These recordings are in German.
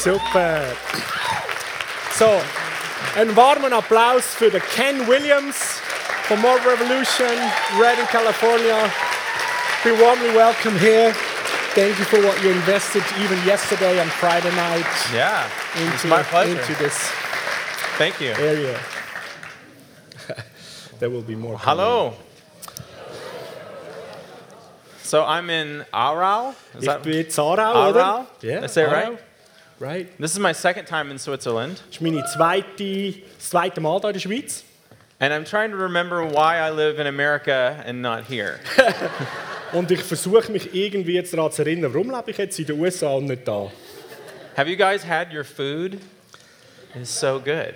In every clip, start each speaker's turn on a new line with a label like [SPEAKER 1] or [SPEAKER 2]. [SPEAKER 1] Super. So, einen warmen Applaus für den Ken Williams von More Revolution, Redding, California. Be warmly welcome here. Thank you for what you invested even yesterday on Friday night
[SPEAKER 2] Yeah, it's
[SPEAKER 1] into,
[SPEAKER 2] my pleasure.
[SPEAKER 1] into this
[SPEAKER 2] Thank you.
[SPEAKER 1] area. there will be more. coming.
[SPEAKER 2] Hello. So I'm in Aarau. Is
[SPEAKER 1] Ich
[SPEAKER 2] that
[SPEAKER 1] bin jetzt Aarau,
[SPEAKER 2] Aarau?
[SPEAKER 1] oder? Yeah,
[SPEAKER 2] That's it,
[SPEAKER 1] Aarau.
[SPEAKER 2] right?
[SPEAKER 1] Right.
[SPEAKER 2] This is my second time in Switzerland,
[SPEAKER 1] Das ist meine zweite, das zweite Mal hier in der Schweiz.
[SPEAKER 2] and I'm trying to remember why I live in America and not here.
[SPEAKER 1] Und ich versuche mich irgendwie jetzt daran zu erinnern, warum lebe ich jetzt in den USA und nicht da?
[SPEAKER 2] Have you guys had your food? It's so good.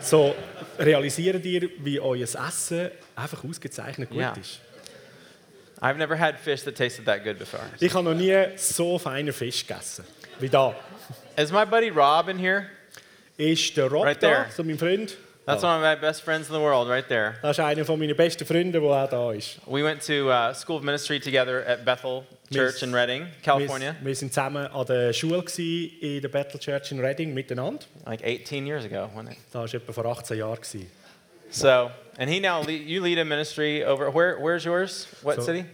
[SPEAKER 1] So, realisiert ihr, wie euer Essen einfach ausgezeichnet gut
[SPEAKER 2] Ja.
[SPEAKER 1] ist?
[SPEAKER 2] I've never had fish that tasted that good before.
[SPEAKER 1] Ich habe noch nie so feinen Fisch gegessen wie da.
[SPEAKER 2] Is my buddy Rob in here?
[SPEAKER 1] Ist der Rob
[SPEAKER 2] Right
[SPEAKER 1] da,
[SPEAKER 2] there.
[SPEAKER 1] so mein Freund?
[SPEAKER 2] That's one of my best friends in the world, right there.
[SPEAKER 1] Das ist einer von meinen besten Freunden, der auch da ist.
[SPEAKER 2] We went to uh, School of Ministry together at Bethel Church
[SPEAKER 1] Miss-
[SPEAKER 2] in Redding,
[SPEAKER 1] Wir,
[SPEAKER 2] California,
[SPEAKER 1] wir sind zusammen an der Schule gewesen, in der Battle Church in Reading miteinander.
[SPEAKER 2] like 18 years ago, wasn't it?
[SPEAKER 1] Das war etwa vor 18 Jahren. gewesen.
[SPEAKER 2] So, and he now le- you lead a ministry over where? Where's yours? What
[SPEAKER 1] So-
[SPEAKER 2] city?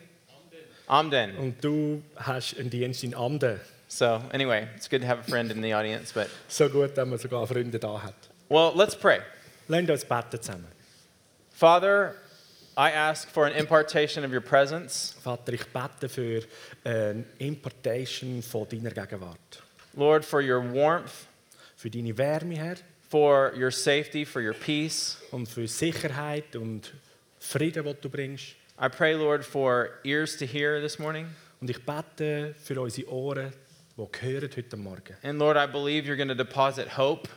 [SPEAKER 2] Amden.
[SPEAKER 1] Und du hast einen Dienst in Amden.
[SPEAKER 2] So, anyway, it's good to have a friend in the audience. But
[SPEAKER 1] So gut, dass man sogar Freunde da hat.
[SPEAKER 2] well, let's pray.
[SPEAKER 1] Lasst uns beten zusammen.
[SPEAKER 2] Father, I ask for an impartation of your presence.
[SPEAKER 1] Vater, ich bete für eine Impartation von deiner Gegenwart.
[SPEAKER 2] Lord, for your warmth,
[SPEAKER 1] Für deine Wärme, Herr,
[SPEAKER 2] for your safety, for your peace.
[SPEAKER 1] und für Sicherheit und Frieden, den du bringst.
[SPEAKER 2] I pray, Lord, for ears to hear this morning.
[SPEAKER 1] Und ich bete für unsere Ohren, die hören heute Morgen.
[SPEAKER 2] And Lord, I believe you're going to deposit hope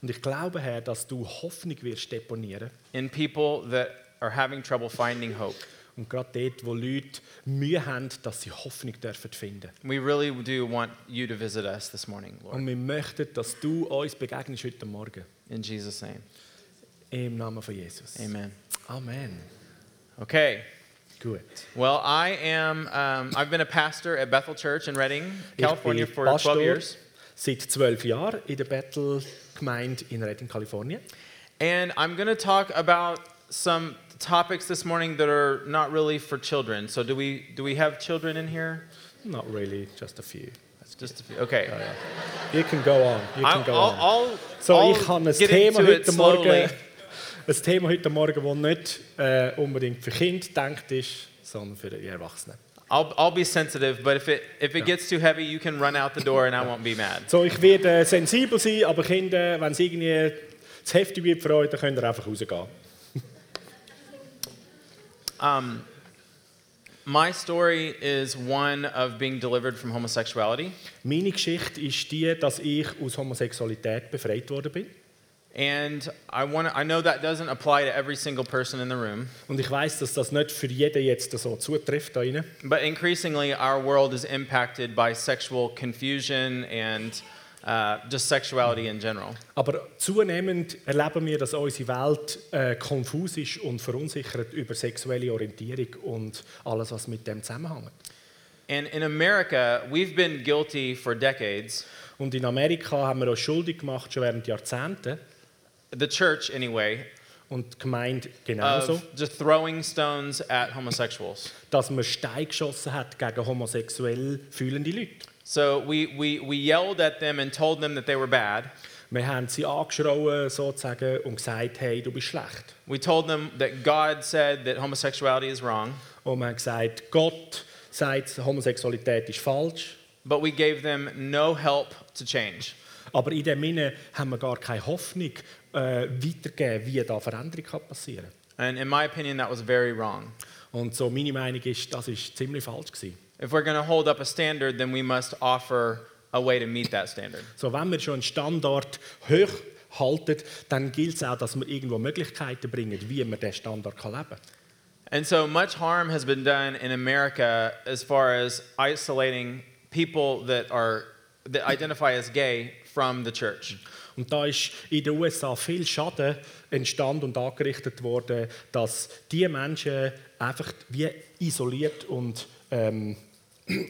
[SPEAKER 1] Und ich glaube, Herr, dass du Hoffnung wirst deponieren.
[SPEAKER 2] in people that are having trouble finding hope.
[SPEAKER 1] Und gerade dort, wo Leute Mühe haben, dass sie Hoffnung dürfen finden.
[SPEAKER 2] We really do want you to visit us this morning, Lord.
[SPEAKER 1] Und wir möchten, dass du uns begegnest heute Morgen.
[SPEAKER 2] In Jesus' name.
[SPEAKER 1] Im Namen von Jesus.
[SPEAKER 2] Amen.
[SPEAKER 1] Amen.
[SPEAKER 2] Okay.
[SPEAKER 1] Gut.
[SPEAKER 2] Well, I am, um, I've been a pastor at Bethel Church in Redding, California
[SPEAKER 1] ich bin
[SPEAKER 2] for
[SPEAKER 1] Pastor
[SPEAKER 2] 12 years.
[SPEAKER 1] seit zwölf Jahren in der Battle-Gemeinde in Redding, Kalifornien.
[SPEAKER 2] And I'm going to talk about some topics this morning that are not really for children. So do we, do we have children in here?
[SPEAKER 1] Not really, just a few.
[SPEAKER 2] Just a few. Okay.
[SPEAKER 1] You can go on. You
[SPEAKER 2] I,
[SPEAKER 1] Uh, can
[SPEAKER 2] will
[SPEAKER 1] go on.
[SPEAKER 2] I'll,
[SPEAKER 1] So,
[SPEAKER 2] I'll
[SPEAKER 1] ich habe ein
[SPEAKER 2] get
[SPEAKER 1] Thema
[SPEAKER 2] into it
[SPEAKER 1] heute
[SPEAKER 2] slowly.
[SPEAKER 1] Morgen, ein Thema heute Morgen, das nicht äh, unbedingt für Kinder gedacht ist, sondern für die Erwachsenen.
[SPEAKER 2] I'll, I'll be sensitive, but if it, if it gets too heavy, you can run out the door and I won't be mad.
[SPEAKER 1] So, ich werde äh, sensibel sein, aber Kinder, wenn es irgendwie zu heftig wird für euch, dann könnt ihr einfach rausgehen.
[SPEAKER 2] Um, my story is one of being delivered from homosexuality.
[SPEAKER 1] Meine Geschichte ist die, dass ich aus Homosexualität befreit worden bin.
[SPEAKER 2] And I, wanna, I know that doesn't apply to every single person in the room,
[SPEAKER 1] Und ich weiß, dass das nicht für jeden jetzt so zutrifft. Da rein.
[SPEAKER 2] but increasingly our world is impacted by sexual confusion and uh, just sexuality in general.
[SPEAKER 1] Aber zunehmend erleben wir, dass unsere Welt äh, konfus ist und verunsichert über sexuelle Orientierung und alles, was mit dem zusammenhängt.
[SPEAKER 2] And in America, we've been guilty for decades,
[SPEAKER 1] Und in Amerika haben wir uns schuldig gemacht, schon während Jahrzehnten,
[SPEAKER 2] the church anyway,
[SPEAKER 1] und gemeint
[SPEAKER 2] of
[SPEAKER 1] genauso,
[SPEAKER 2] just throwing stones at homosexuals.
[SPEAKER 1] dass man Steine geschossen hat gegen homosexuell fühlende Leute.
[SPEAKER 2] So we, we, we yelled at them and told them that they were bad.
[SPEAKER 1] Wir haben sie angeschrien sozusagen und gesagt, hey, du bist schlecht.
[SPEAKER 2] We told them that God said that homosexuality is wrong,
[SPEAKER 1] Und wir haben gesagt, Gott sagt, Homosexualität ist falsch.
[SPEAKER 2] but we gave them no help to change.
[SPEAKER 1] Aber in dem Sinne haben wir gar keine Hoffnung äh, weitergegeben, wie da Veränderung kann passieren
[SPEAKER 2] And in my opinion, that was very wrong.
[SPEAKER 1] Und so meine Meinung ist, das ist ziemlich falsch gewesen.
[SPEAKER 2] If we're going to hold up a standard, then we must offer a way to meet that standard.
[SPEAKER 1] So, wenn wir schon einen Standard hoch halten, dann gilt es auch, dass wir irgendwo Möglichkeiten bringen, wie man diesen Standard kann leben kann.
[SPEAKER 2] And so much harm has been done in America as far as isolating people that are that identify as gay from the church.
[SPEAKER 1] Und da ist in den USA viel Schaden entstanden und angerichtet worden, dass diese Menschen einfach wie isoliert und ähm,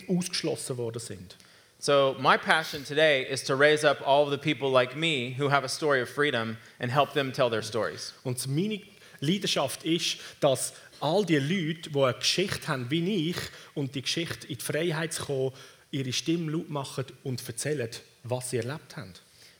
[SPEAKER 1] ausgeschlossen worden sind.
[SPEAKER 2] So, my passion today is to raise up all of the people like me who have a story of freedom and help them tell their stories.
[SPEAKER 1] Und meine Leidenschaft ist, dass all die Leute, die eine Geschichte haben wie ich und die Geschichte in die Freiheit zu kommen, ihre Stimme laut machen und erzählen, was sie erlebt haben.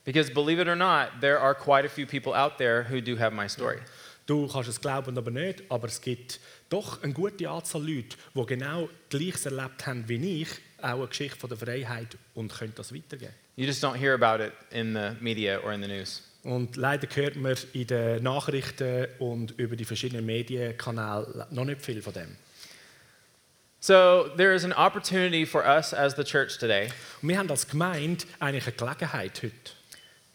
[SPEAKER 2] Because believe it or not, there are quite a few people out there who do have my story.
[SPEAKER 1] Du kannst es glauben aber nicht, aber es gibt doch eine gute Anzahl Leute, die genau Gleiches erlebt haben wie ich, auch eine Geschichte von der Freiheit und können das weitergeben.
[SPEAKER 2] You just don't hear about it in the media or in the news.
[SPEAKER 1] Und leider hört man in den Nachrichten und über die verschiedenen Medienkanäle noch nicht viel von dem.
[SPEAKER 2] So, there is an opportunity for us as the church today
[SPEAKER 1] Und wir haben als Gemeinde eigentlich eine Gelegenheit heute,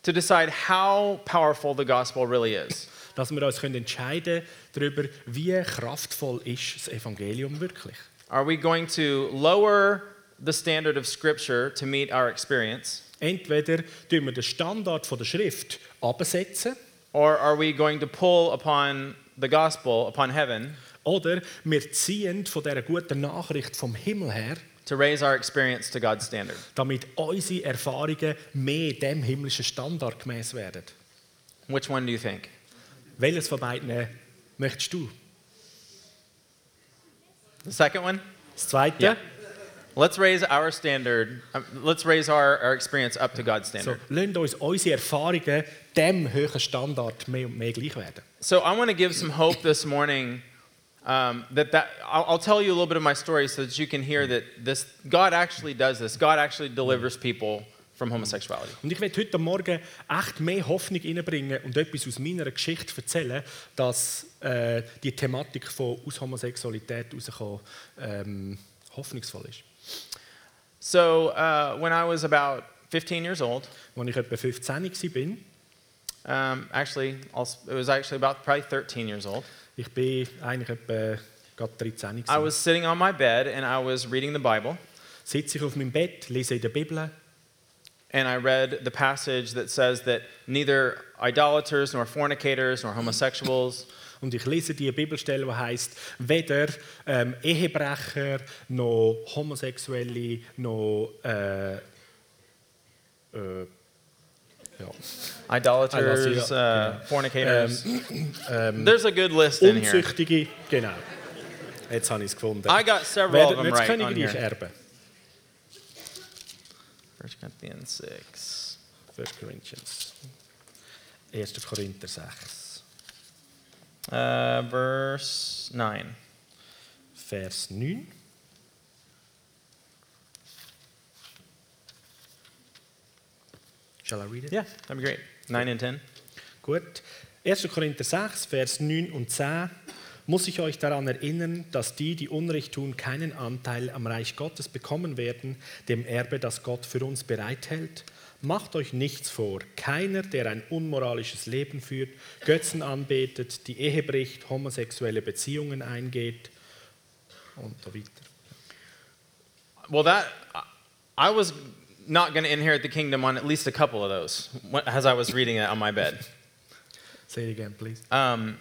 [SPEAKER 2] to decide how powerful the gospel really is.
[SPEAKER 1] dass wir uns können entscheiden können darüber, wie kraftvoll ist das Evangelium wirklich.
[SPEAKER 2] Are we going to lower the standard of Scripture to meet our experience,
[SPEAKER 1] Entweder tun wir den Standard von der Schrift absetzen
[SPEAKER 2] or are we going to pull upon the gospel, upon heaven,
[SPEAKER 1] oder wir ziehen von dieser guten Nachricht vom Himmel her,
[SPEAKER 2] to raise our experience to God's standard?
[SPEAKER 1] damit unsere Erfahrungen mehr dem himmlischen Standard gemäß werden.
[SPEAKER 2] Which one do you think?
[SPEAKER 1] Welches von beiden möchtest du?
[SPEAKER 2] The second one?
[SPEAKER 1] Das zweite?
[SPEAKER 2] Ja. Let's raise our standard, um, let's raise our, our experience up to God's
[SPEAKER 1] So,
[SPEAKER 2] standard.
[SPEAKER 1] lasst uns unsere Erfahrungen dem höheren Standard mehr und mehr gleich werden.
[SPEAKER 2] So I want to give some hope this morning. Um, that that I'll, I'll tell you a little bit of my story so that you can hear that this God actually does this. God actually delivers people from homosexuality.
[SPEAKER 1] Und ich werde heute Morgen echt mehr Hoffnung reinbringen und etwas aus meiner Geschichte erzählen, dass äh, die Thematik von aus Homosexualität herauskommen ähm, hoffnungsvoll ist.
[SPEAKER 2] So uh, when I was about 15 years old,
[SPEAKER 1] Als ich etwa 15 war,
[SPEAKER 2] um, actually, als- it was actually about probably 13 years old.
[SPEAKER 1] ich bin eigentlich etwa gerade 13
[SPEAKER 2] I
[SPEAKER 1] gewesen,
[SPEAKER 2] was sitting on my bed and I was reading the Bible,
[SPEAKER 1] sitze ich auf meinem Bett, lese in der Bibel
[SPEAKER 2] and I read the passage that says that neither idolaters nor fornicators nor homosexuals
[SPEAKER 1] und ich lese die Bibelstelle, die heißt weder ähm, Ehebrecher noch Homosexuelle noch äh, äh, ja.
[SPEAKER 2] idolaters,
[SPEAKER 1] Idolaters,
[SPEAKER 2] uh, fornicators. There's a good list in here.
[SPEAKER 1] Unzüchtige. Genau. Jetzt habe ich es gefunden.
[SPEAKER 2] I got several of
[SPEAKER 1] Werdet
[SPEAKER 2] them
[SPEAKER 1] nicht das
[SPEAKER 2] right on
[SPEAKER 1] Königreich
[SPEAKER 2] here.
[SPEAKER 1] erben.
[SPEAKER 2] 1 Corinthians 6.
[SPEAKER 1] 1. Corinthians. 1. Korinther 6,
[SPEAKER 2] Uh, verse 9.
[SPEAKER 1] Vers 9. Shall I read it?
[SPEAKER 2] Yeah, that'd be great. 9 and 10.
[SPEAKER 1] Gut. 1. Korinther 6, Vers 9 und 10. Muss ich euch daran erinnern, dass die, die Unrecht tun, keinen Anteil am Reich Gottes bekommen werden, dem Erbe, das Gott für uns bereithält? Macht euch nichts vor. Keiner, der ein unmoralisches Leben führt, Götzen anbetet, die Ehe bricht, homosexuelle Beziehungen eingeht und so weiter.
[SPEAKER 2] Well, that I- I was not going to inherit the kingdom on at least a couple of those wh- as I was reading it on my bed.
[SPEAKER 1] Say it again, please.
[SPEAKER 2] Um,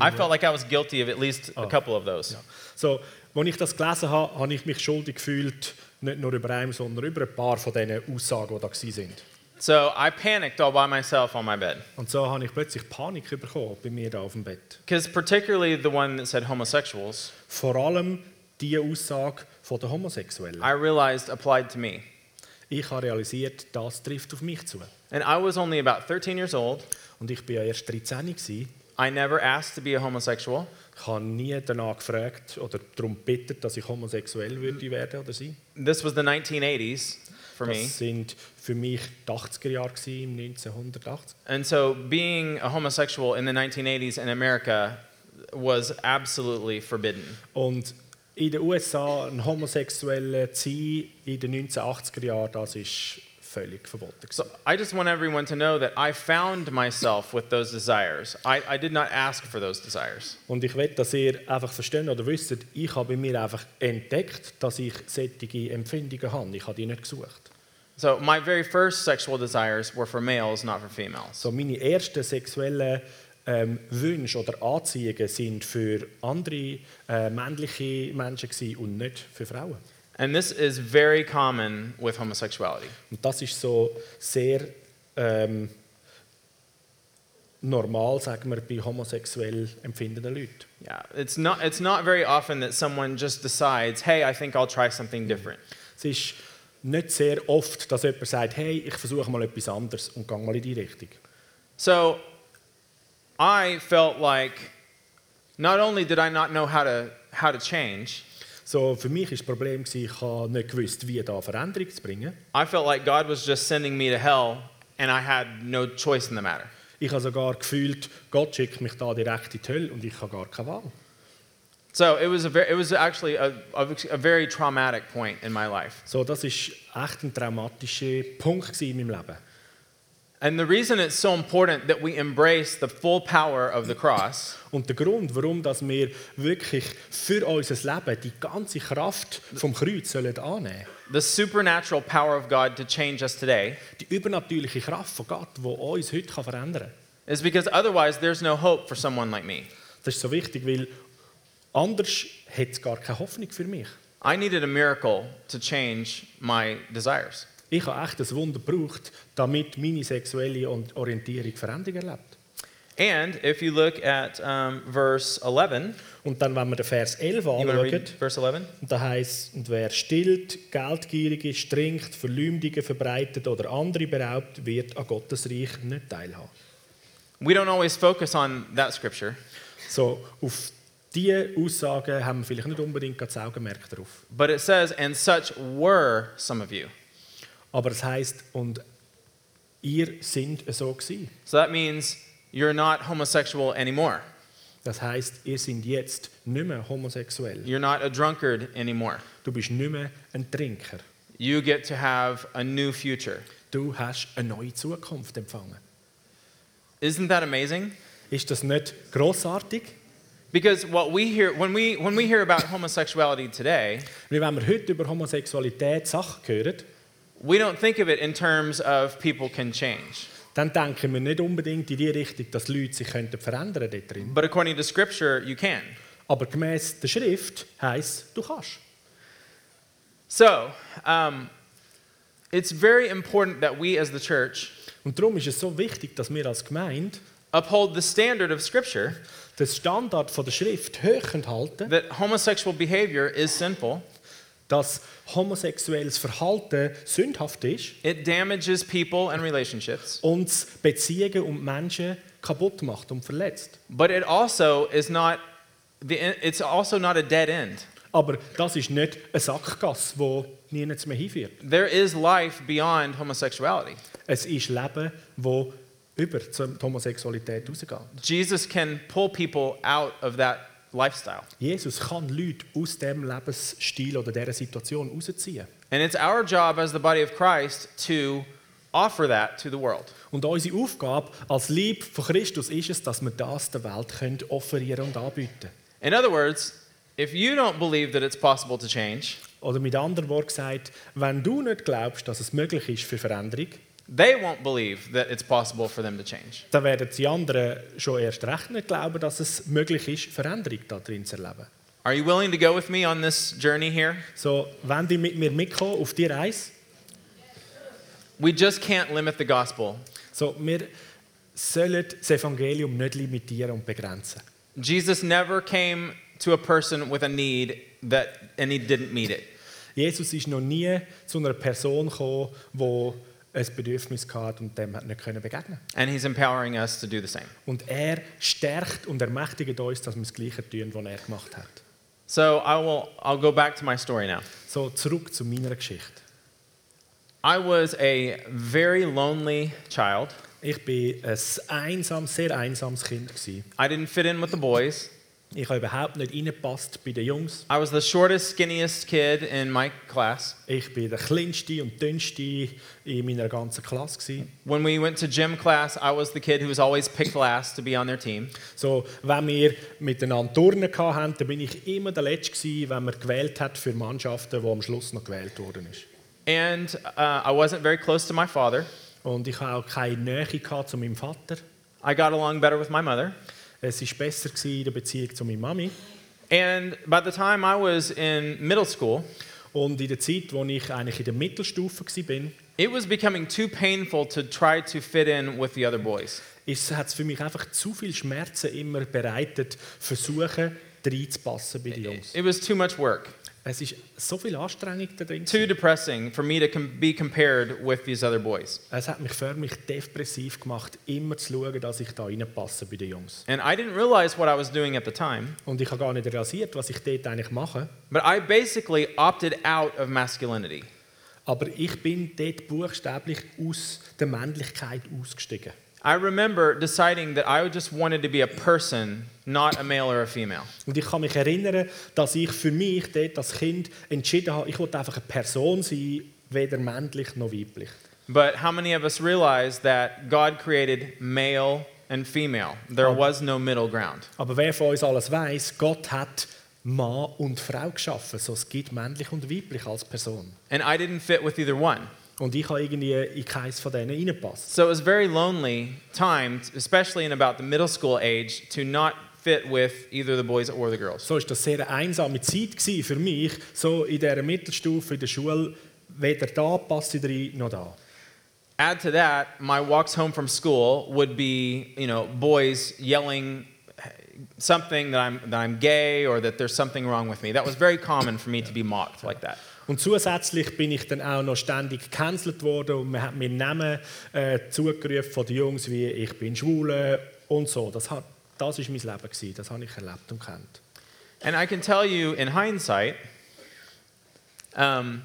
[SPEAKER 2] I felt like I was guilty of at least a couple of those.
[SPEAKER 1] Ja. So, als ich das gelesen habe, habe ich mich schuldig gefühlt, nicht nur über einen, sondern über ein paar von diesen Aussagen, die da waren.
[SPEAKER 2] So I panicked all by myself on my bed
[SPEAKER 1] Und so habe ich plötzlich Panik bekommen bei mir da auf dem Bett.
[SPEAKER 2] because particularly the one that said homosexuals,
[SPEAKER 1] Vor allem die Aussage von der Homosexuellen.
[SPEAKER 2] I realized applied to me.
[SPEAKER 1] Ich habe realisiert, das trifft auf mich zu.
[SPEAKER 2] And I was only about 13 years old.
[SPEAKER 1] Und ich bin ja erst 13 gewesen.
[SPEAKER 2] I never asked to be a homosexual.
[SPEAKER 1] Ich habe nie danach gefragt oder darum gebeten, dass ich homosexuell würde werden oder sein.
[SPEAKER 2] This was the 1980s for me.
[SPEAKER 1] Das sind für mich die 80er Jahre gewesen, 1980.
[SPEAKER 2] And so being a homosexual in the 1980s in America was absolutely forbidden.
[SPEAKER 1] Und in den USA ein homosexueller zu sein in den 1980er Jahren, das ist völlig verboten. gewesen.
[SPEAKER 2] So I just want everyone to know that I found myself with those desires. I, I did not ask for those desires.
[SPEAKER 1] Und ich will, dass ihr einfach versteht oder wisst, ich habe bei mir einfach entdeckt, dass ich solche Empfindungen habe. Ich habe die nicht gesucht.
[SPEAKER 2] So my very first sexual desires were for males, not for females.
[SPEAKER 1] So meine ersten sexuellen ähm, Wünsche oder Anziehungen sind für andere äh, männliche Menschen gewesen und nicht für Frauen.
[SPEAKER 2] And this is very common with homosexuality.
[SPEAKER 1] Und das ist so sehr ähm, normal, sagen wir, bei homosexuell empfindenden Leuten.
[SPEAKER 2] Yeah, it's not, it's not very often that someone just decides, hey, I think I'll try something different.
[SPEAKER 1] Es ist nicht sehr oft, dass jemand sagt, hey, ich versuche mal etwas anderes und gehe mal in die Richtung.
[SPEAKER 2] So I felt like not only did I not know how to, how to change,
[SPEAKER 1] So, für mich war das Problem, gewesen, ich habe nicht gewusst, wie da Veränderung zu bringen.
[SPEAKER 2] I felt like God was just sending me to hell and I had no choice in the matter.
[SPEAKER 1] Ich habe sogar gefühlt, Gott schickt mich da direkt in die Hölle und ich habe gar keine Wahl.
[SPEAKER 2] So it was, a very, it was actually a, a, a very traumatic point in my life.
[SPEAKER 1] So, das ist echt ein traumatischer Punkt gewesen in meinem Leben.
[SPEAKER 2] And the reason it's so important that we embrace the full power of the cross
[SPEAKER 1] Und der Grund, warum dass wir wirklich für unser Leben die ganze Kraft vom Kreuz sollen annehmen sollen,
[SPEAKER 2] the supernatural power of God to change us today
[SPEAKER 1] die übernatürliche Kraft von Gott, die uns heute kann verändern kann.
[SPEAKER 2] is because otherwise there's no hope for someone like me.
[SPEAKER 1] Das ist so wichtig, weil anders hat es gar keine Hoffnung für mich.
[SPEAKER 2] I needed a miracle to change my desires.
[SPEAKER 1] Ich habe echt ein Wunder gebraucht, damit meine sexuelle und Orientierung Veränderung erlebt.
[SPEAKER 2] And if you look at um, verse 11,
[SPEAKER 1] Und dann, wenn wir den Vers 11
[SPEAKER 2] you want to read
[SPEAKER 1] anschauen,
[SPEAKER 2] verse 11?
[SPEAKER 1] Und da heißt und wer stillt, geldgierige, trinkt, Verleumdungen verbreitet oder andere beraubt, wird an Gottes Reich nicht teilhaben.
[SPEAKER 2] We don't always focus on that scripture,
[SPEAKER 1] So, auf diese Aussagen haben wir vielleicht nicht unbedingt gerade das Augenmerk drauf.
[SPEAKER 2] but it says, and such were some of you.
[SPEAKER 1] Aber es heißt und ihr sind so gewesen.
[SPEAKER 2] So that means you're not homosexual anymore.
[SPEAKER 1] Das heißt, ihr sind jetzt nicht mehr homosexuell.
[SPEAKER 2] You're not a drunkard anymore.
[SPEAKER 1] Du bist nicht mehr ein Trinker.
[SPEAKER 2] You get to have a new future.
[SPEAKER 1] Du hast eine neue Zukunft empfangen.
[SPEAKER 2] Isn't that amazing?
[SPEAKER 1] Ist das nicht großartig?
[SPEAKER 2] Because what we hear when we when we hear about homosexuality today,
[SPEAKER 1] Weil wenn wir heute über Homosexualität Sachen hören,
[SPEAKER 2] we don't think of it in terms of people can change.
[SPEAKER 1] dann denken wir nicht unbedingt in die Richtung, dass Leute sich könnten verändern dort drin.
[SPEAKER 2] But according to scripture, you can.
[SPEAKER 1] Aber gemäß der Schrift heißt, du kannst.
[SPEAKER 2] So, um, it's very important that we as the church
[SPEAKER 1] Und darum ist es so wichtig, dass wir als Gemeinde
[SPEAKER 2] uphold the standard of scripture
[SPEAKER 1] den Standard von der Schrift hoch halten,
[SPEAKER 2] that homosexual behavior is sinful.
[SPEAKER 1] dass homosexuelles Verhalten sündhaft ist
[SPEAKER 2] It damages people and relationships,
[SPEAKER 1] und es Beziehungen und Menschen kaputt macht und verletzt.
[SPEAKER 2] but it also is not the it's also not a dead end.
[SPEAKER 1] Aber das ist nicht eine Sackgasse, wo niemand mehr hinführt.
[SPEAKER 2] There is life beyond homosexuality.
[SPEAKER 1] Es ist Leben, wo über zur Homosexualität rausgeht.
[SPEAKER 2] Jesus can pull people out of that lifestyle.
[SPEAKER 1] Jesus kann Leute aus dem Lebensstil oder dieser Situation rausziehen.
[SPEAKER 2] And it's our job as the body of Christ to offer that to the world.
[SPEAKER 1] Und unsere Aufgabe als Lieb von Christus ist es, dass wir das der Welt können offerieren und anbieten.
[SPEAKER 2] In other words, if you don't believe that it's possible to change,
[SPEAKER 1] Oder mit anderen Worten gesagt, wenn du nicht glaubst, dass es möglich ist für Veränderung,
[SPEAKER 2] they won't believe that it's possible for them to change.
[SPEAKER 1] dann werden die anderen schon erst recht nicht glauben, dass es möglich ist, Veränderung da drin zu erleben.
[SPEAKER 2] Are you willing to go with me on this journey here?
[SPEAKER 1] So, wenn die mit mir mitkommen auf die Reise,
[SPEAKER 2] We just can't limit the gospel.
[SPEAKER 1] so, wir sollen das Evangelium nicht limitieren und begrenzen.
[SPEAKER 2] Jesus never came to a person with a need that and he didn't meet it.
[SPEAKER 1] Jesus ist noch nie zu einer Person gekommen, die ein Bedürfnis hatte und dem hat nicht begegnen konnte.
[SPEAKER 2] And he's empowering us to do the same.
[SPEAKER 1] Und er stärkt und ermächtigt uns, dass wir das Gleiche tun, was er gemacht hat.
[SPEAKER 2] So I will I'll go back to my story now.
[SPEAKER 1] So, zurück zu meiner Geschichte.
[SPEAKER 2] I was a very lonely child.
[SPEAKER 1] Ich war ein einsames, sehr einsames Kind. Gewesen.
[SPEAKER 2] I didn't fit in with the boys.
[SPEAKER 1] Ich habe überhaupt nicht reingepasst bei den Jungs.
[SPEAKER 2] I was the shortest, skinniest kid in my class.
[SPEAKER 1] Ich war der kleinste und dünnste in meiner ganzen Klasse. Gewesen.
[SPEAKER 2] When we went to gym class, I was the kid who was always picked last to be on their team.
[SPEAKER 1] So, wenn wir miteinander Turnen hatten, dann bin ich immer der Letzte, gewesen, wenn man gewählt hat für Mannschaften, die am Schluss noch gewählt worden ist.
[SPEAKER 2] And uh, I wasn't very close to my father.
[SPEAKER 1] Und ich hatte auch keine Nähe gehabt zu meinem Vater.
[SPEAKER 2] I got along better with my mother.
[SPEAKER 1] Es war besser gewesen in der Beziehung zu meiner Mami.
[SPEAKER 2] And by the time I was in middle school,
[SPEAKER 1] Und in der Zeit, wo ich eigentlich in der Mittelstufe war,
[SPEAKER 2] It was becoming too painful to try to fit in with the other boys.
[SPEAKER 1] ist, hat es für mich einfach zu viel Schmerzen immer bereitet, versuchen, reinzupassen bei den Jungs.
[SPEAKER 2] It was too much work,
[SPEAKER 1] Es ist so viel Anstrengung da drin.
[SPEAKER 2] too depressing for me to com- be compared with these other boys.
[SPEAKER 1] Es hat mich förmlich depressiv gemacht, immer zu schauen, dass ich da reinpasse bei den Jungs.
[SPEAKER 2] And I didn't realize what I was doing at the time,
[SPEAKER 1] Und ich habe gar nicht realisiert, was ich dort eigentlich mache.
[SPEAKER 2] but I basically opted out of masculinity.
[SPEAKER 1] Aber ich bin dort buchstäblich aus der Männlichkeit ausgestiegen.
[SPEAKER 2] I remember deciding that I just wanted to be a person, not a male or a female.
[SPEAKER 1] Und ich kann mich erinnern, dass ich für mich dort als Kind entschieden habe, ich wollte einfach eine Person sein, weder männlich noch weiblich.
[SPEAKER 2] But how many of us realize that God created male and female? There was no middle ground.
[SPEAKER 1] Aber wer von uns alles weiß, Gott hat Mann und Frau geschaffen, so es gibt männlich und weiblich als Person.
[SPEAKER 2] And I didn't fit with either one.
[SPEAKER 1] Und ich habe irgendwie in keins von denen reingepasst.
[SPEAKER 2] So it was very lonely time, especially in about the middle school age, to not fit with either the boys or the girls.
[SPEAKER 1] So war das sehr eine einsame Zeit gewesen für mich, so in dieser Mittelstufe, in der Schule, weder da passe ich rein, noch da.
[SPEAKER 2] Add to that, my walks home from school would be, you know, boys yelling something that I'm, that I'm gay or that there's something wrong with me. That was very common for me to be mocked like that.
[SPEAKER 1] Und zusätzlich bin ich dann auch noch ständig gecancelt worden und man hat mir Namen äh, zugerufen von den Jungs wie «Ich bin Schwule» und so. Das war das ist mein Leben, gewesen. das habe ich erlebt und kennt.
[SPEAKER 2] And I can tell you in hindsight, um,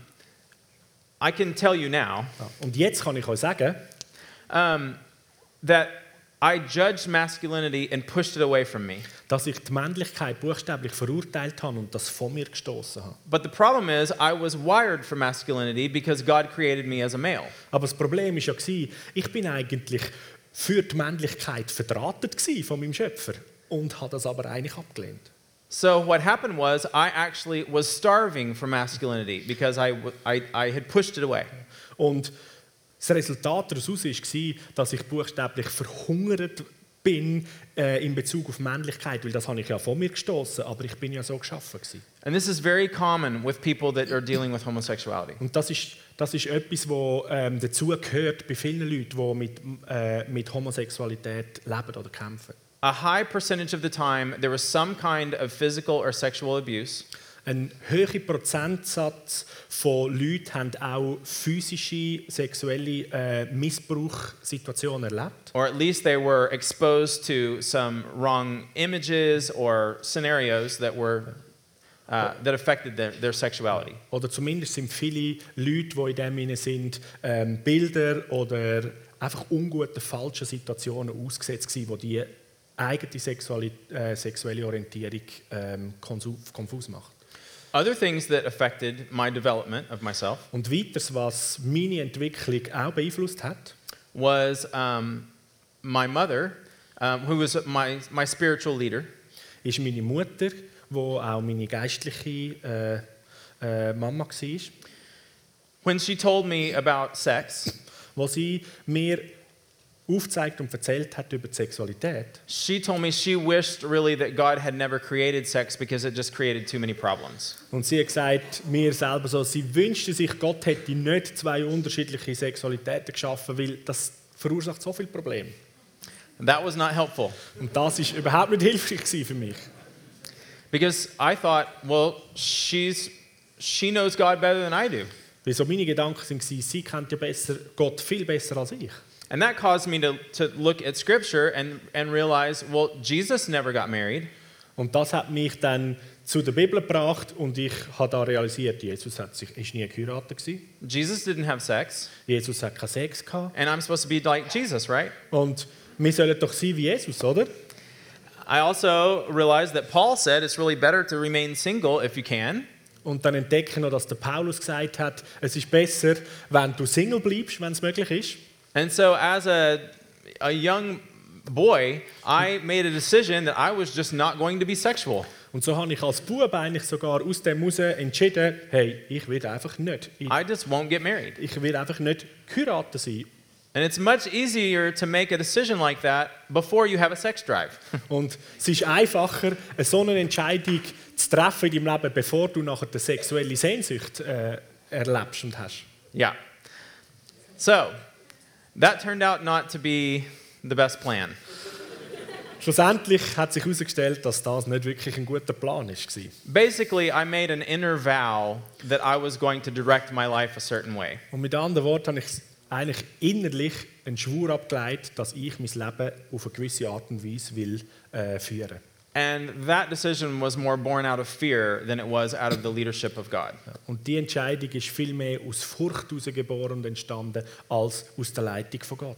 [SPEAKER 2] I can tell you now
[SPEAKER 1] Ja. Und jetzt kann ich euch sagen,
[SPEAKER 2] um, that I judged masculinity and pushed it away from me.
[SPEAKER 1] dass ich die Männlichkeit buchstäblich verurteilt habe und das von mir gestoßen habe.
[SPEAKER 2] But the problem is, I was wired for masculinity because God created me as a male.
[SPEAKER 1] Aber das Problem war ja, gewesen, ich bin eigentlich für die Männlichkeit verdrahtet gewesen von meinem Schöpfer und habe das aber eigentlich abgelehnt.
[SPEAKER 2] So what happened was, I actually was starving for masculinity because I, w- I- I had pushed it away.
[SPEAKER 1] Und das Resultat daraus war, dass ich buchstäblich verhungert bin äh, in Bezug auf Männlichkeit, weil das habe ich ja von mir gestoßen, aber ich bin ja so geschaffen gewesen.
[SPEAKER 2] And this is very common with people that are dealing with homosexuality.
[SPEAKER 1] Und das ist, das ist etwas, was ähm, dazu gehört bei vielen Leuten, die mit, äh, mit Homosexualität leben oder kämpfen.
[SPEAKER 2] A high percentage of the time, there was some kind of physical or sexual abuse.
[SPEAKER 1] Ein hoher Prozentsatz von Leuten haben auch physische, sexuelle äh, Missbrauchssituationen erlebt.
[SPEAKER 2] or at least they were exposed to some wrong images or scenarios that were uh, that affected their, their sexuality.
[SPEAKER 1] Oder zumindest sind viele Leute, die in dem Sinne sind, ähm, Bilder oder einfach unguten, falschen Situationen ausgesetzt waren, die die eigene sexuelle, äh, sexuelle Orientierung ähm, konsu- konfus macht.
[SPEAKER 2] Other things that affected my development of myself
[SPEAKER 1] Und weiters, was meine Entwicklung auch beeinflusst hat,
[SPEAKER 2] was um, my mother, um, who was my, my spiritual leader.
[SPEAKER 1] ist meine Mutter, die auch meine geistliche äh, äh, Mama war.
[SPEAKER 2] When she told me about sex,
[SPEAKER 1] wo sie mir aufzeigt und erzählt hat über die Sexualität,
[SPEAKER 2] she told me she wished really that God had never created sex because it just created too many problems.
[SPEAKER 1] und sie hat gesagt mir selber so, sie wünschte sich, Gott hätte nicht zwei unterschiedliche Sexualitäten geschaffen, weil das verursacht so viel Probleme.
[SPEAKER 2] That was not helpful.
[SPEAKER 1] Und das ist überhaupt nicht hilfreich gewesen für mich,
[SPEAKER 2] Because I thought, well, she's she knows God better than I do.
[SPEAKER 1] weil so meine Gedanken sind gewesen, sie kennt ja besser Gott viel besser als ich.
[SPEAKER 2] And that caused me to, to look at scripture and, and realize, well, Jesus never got married.
[SPEAKER 1] Und das hat mich dann zu der Bibel gebracht und ich habe da realisiert, Jesus hat sich, ist nie geheiratet gewesen.
[SPEAKER 2] Jesus didn't have sex.
[SPEAKER 1] Jesus hat keinen Sex gehabt
[SPEAKER 2] And I'm supposed to be like Jesus, right?
[SPEAKER 1] und wir sollen doch sein wie Jesus, oder?
[SPEAKER 2] I also realized that Paul said it's really better to remain single if you can.
[SPEAKER 1] Und dann entdecken wir noch, dass der Paulus gesagt hat, es ist besser, wenn du Single bleibst, wenn es möglich ist.
[SPEAKER 2] And so as a, a young boy, I made a decision that I was just not going to be sexual.
[SPEAKER 1] Und so habe ich als Bub eigentlich sogar aus dem heraus entschieden, hey, ich will einfach nicht,
[SPEAKER 2] I just won't get married.
[SPEAKER 1] ich will einfach nicht geheiratet sein.
[SPEAKER 2] And it's much easier to make a decision like that before you have a sex drive.
[SPEAKER 1] Und es ist einfacher, eine so eine Entscheidung zu treffen in deinem Leben, bevor du nachher die sexuelle Sehnsucht äh, erlebst und hast.
[SPEAKER 2] yeah. So, that turned out not to be the best plan.
[SPEAKER 1] Schlussendlich hat sich herausgestellt, dass das nicht wirklich ein guter Plan war.
[SPEAKER 2] Basically, I made an inner vow that I was going to direct my life a certain way.
[SPEAKER 1] Und mit anderen Worten habe ich eigentlich innerlich einen Schwur abgeleitet, dass ich mein Leben auf eine gewisse Art und Weise will, äh, führen
[SPEAKER 2] And that decision was more born out of fear than it was out of the leadership of God.
[SPEAKER 1] Und die Entscheidung ist viel mehr aus Furcht herausgeboren und entstanden als aus der Leitung von Gott.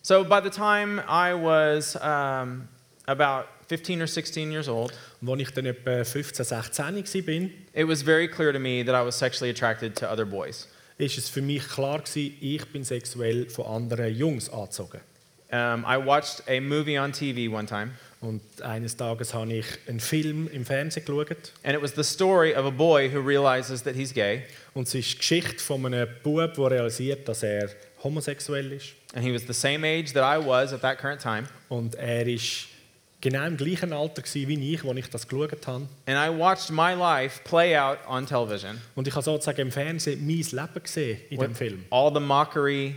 [SPEAKER 2] So by the time I was um, about 15 or 16 years old,
[SPEAKER 1] Und als ich dann etwa 15, 16 war,
[SPEAKER 2] it was very clear to me that I was sexually attracted to other boys.
[SPEAKER 1] ist es für mich klar gewesen, ich bin sexuell von anderen Jungs angezogen.
[SPEAKER 2] Um, I watched a movie on TV one time,
[SPEAKER 1] Und eines Tages habe ich einen Film im Fernsehen geschaut
[SPEAKER 2] and it was the story of a boy who realizes that he's gay,
[SPEAKER 1] und es ist die Geschichte von einem Bub, der realisiert, dass er homosexuell ist.
[SPEAKER 2] and he was the same age that I was at that current time.
[SPEAKER 1] Und er ist genau im gleichen Alter gewesen wie ich, als ich das geschaut habe.
[SPEAKER 2] And I watched my life play out on television
[SPEAKER 1] Und ich habe sozusagen im Fernsehen mein Leben gesehen in dem
[SPEAKER 2] with
[SPEAKER 1] Film.
[SPEAKER 2] all the mockery,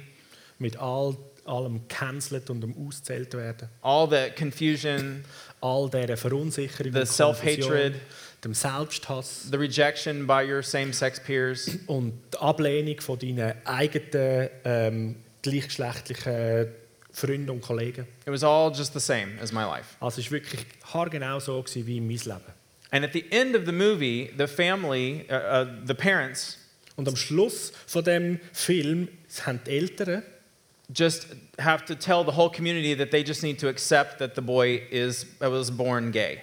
[SPEAKER 1] Mit all, allem Cancelt und dem Auszählt werden.
[SPEAKER 2] all the confusion,
[SPEAKER 1] All dieser Verunsicherung,
[SPEAKER 2] The
[SPEAKER 1] und Konfusion,
[SPEAKER 2] self-hatred.
[SPEAKER 1] dem Selbsthass
[SPEAKER 2] the rejection by your same-sex peers.
[SPEAKER 1] und die Ablehnung von deinen eigenen ähm, gleichgeschlechtlichen Freunden und Kollegen.
[SPEAKER 2] It was all just the same as my life.
[SPEAKER 1] Also es war wirklich haargenau so gewesen wie mein Leben.
[SPEAKER 2] And at the end of the movie, the family, uh, uh, the parents,
[SPEAKER 1] Und am Schluss von dem Film haben die Eltern
[SPEAKER 2] just have to tell the whole community that they just need to accept that the boy is uh, was born gay.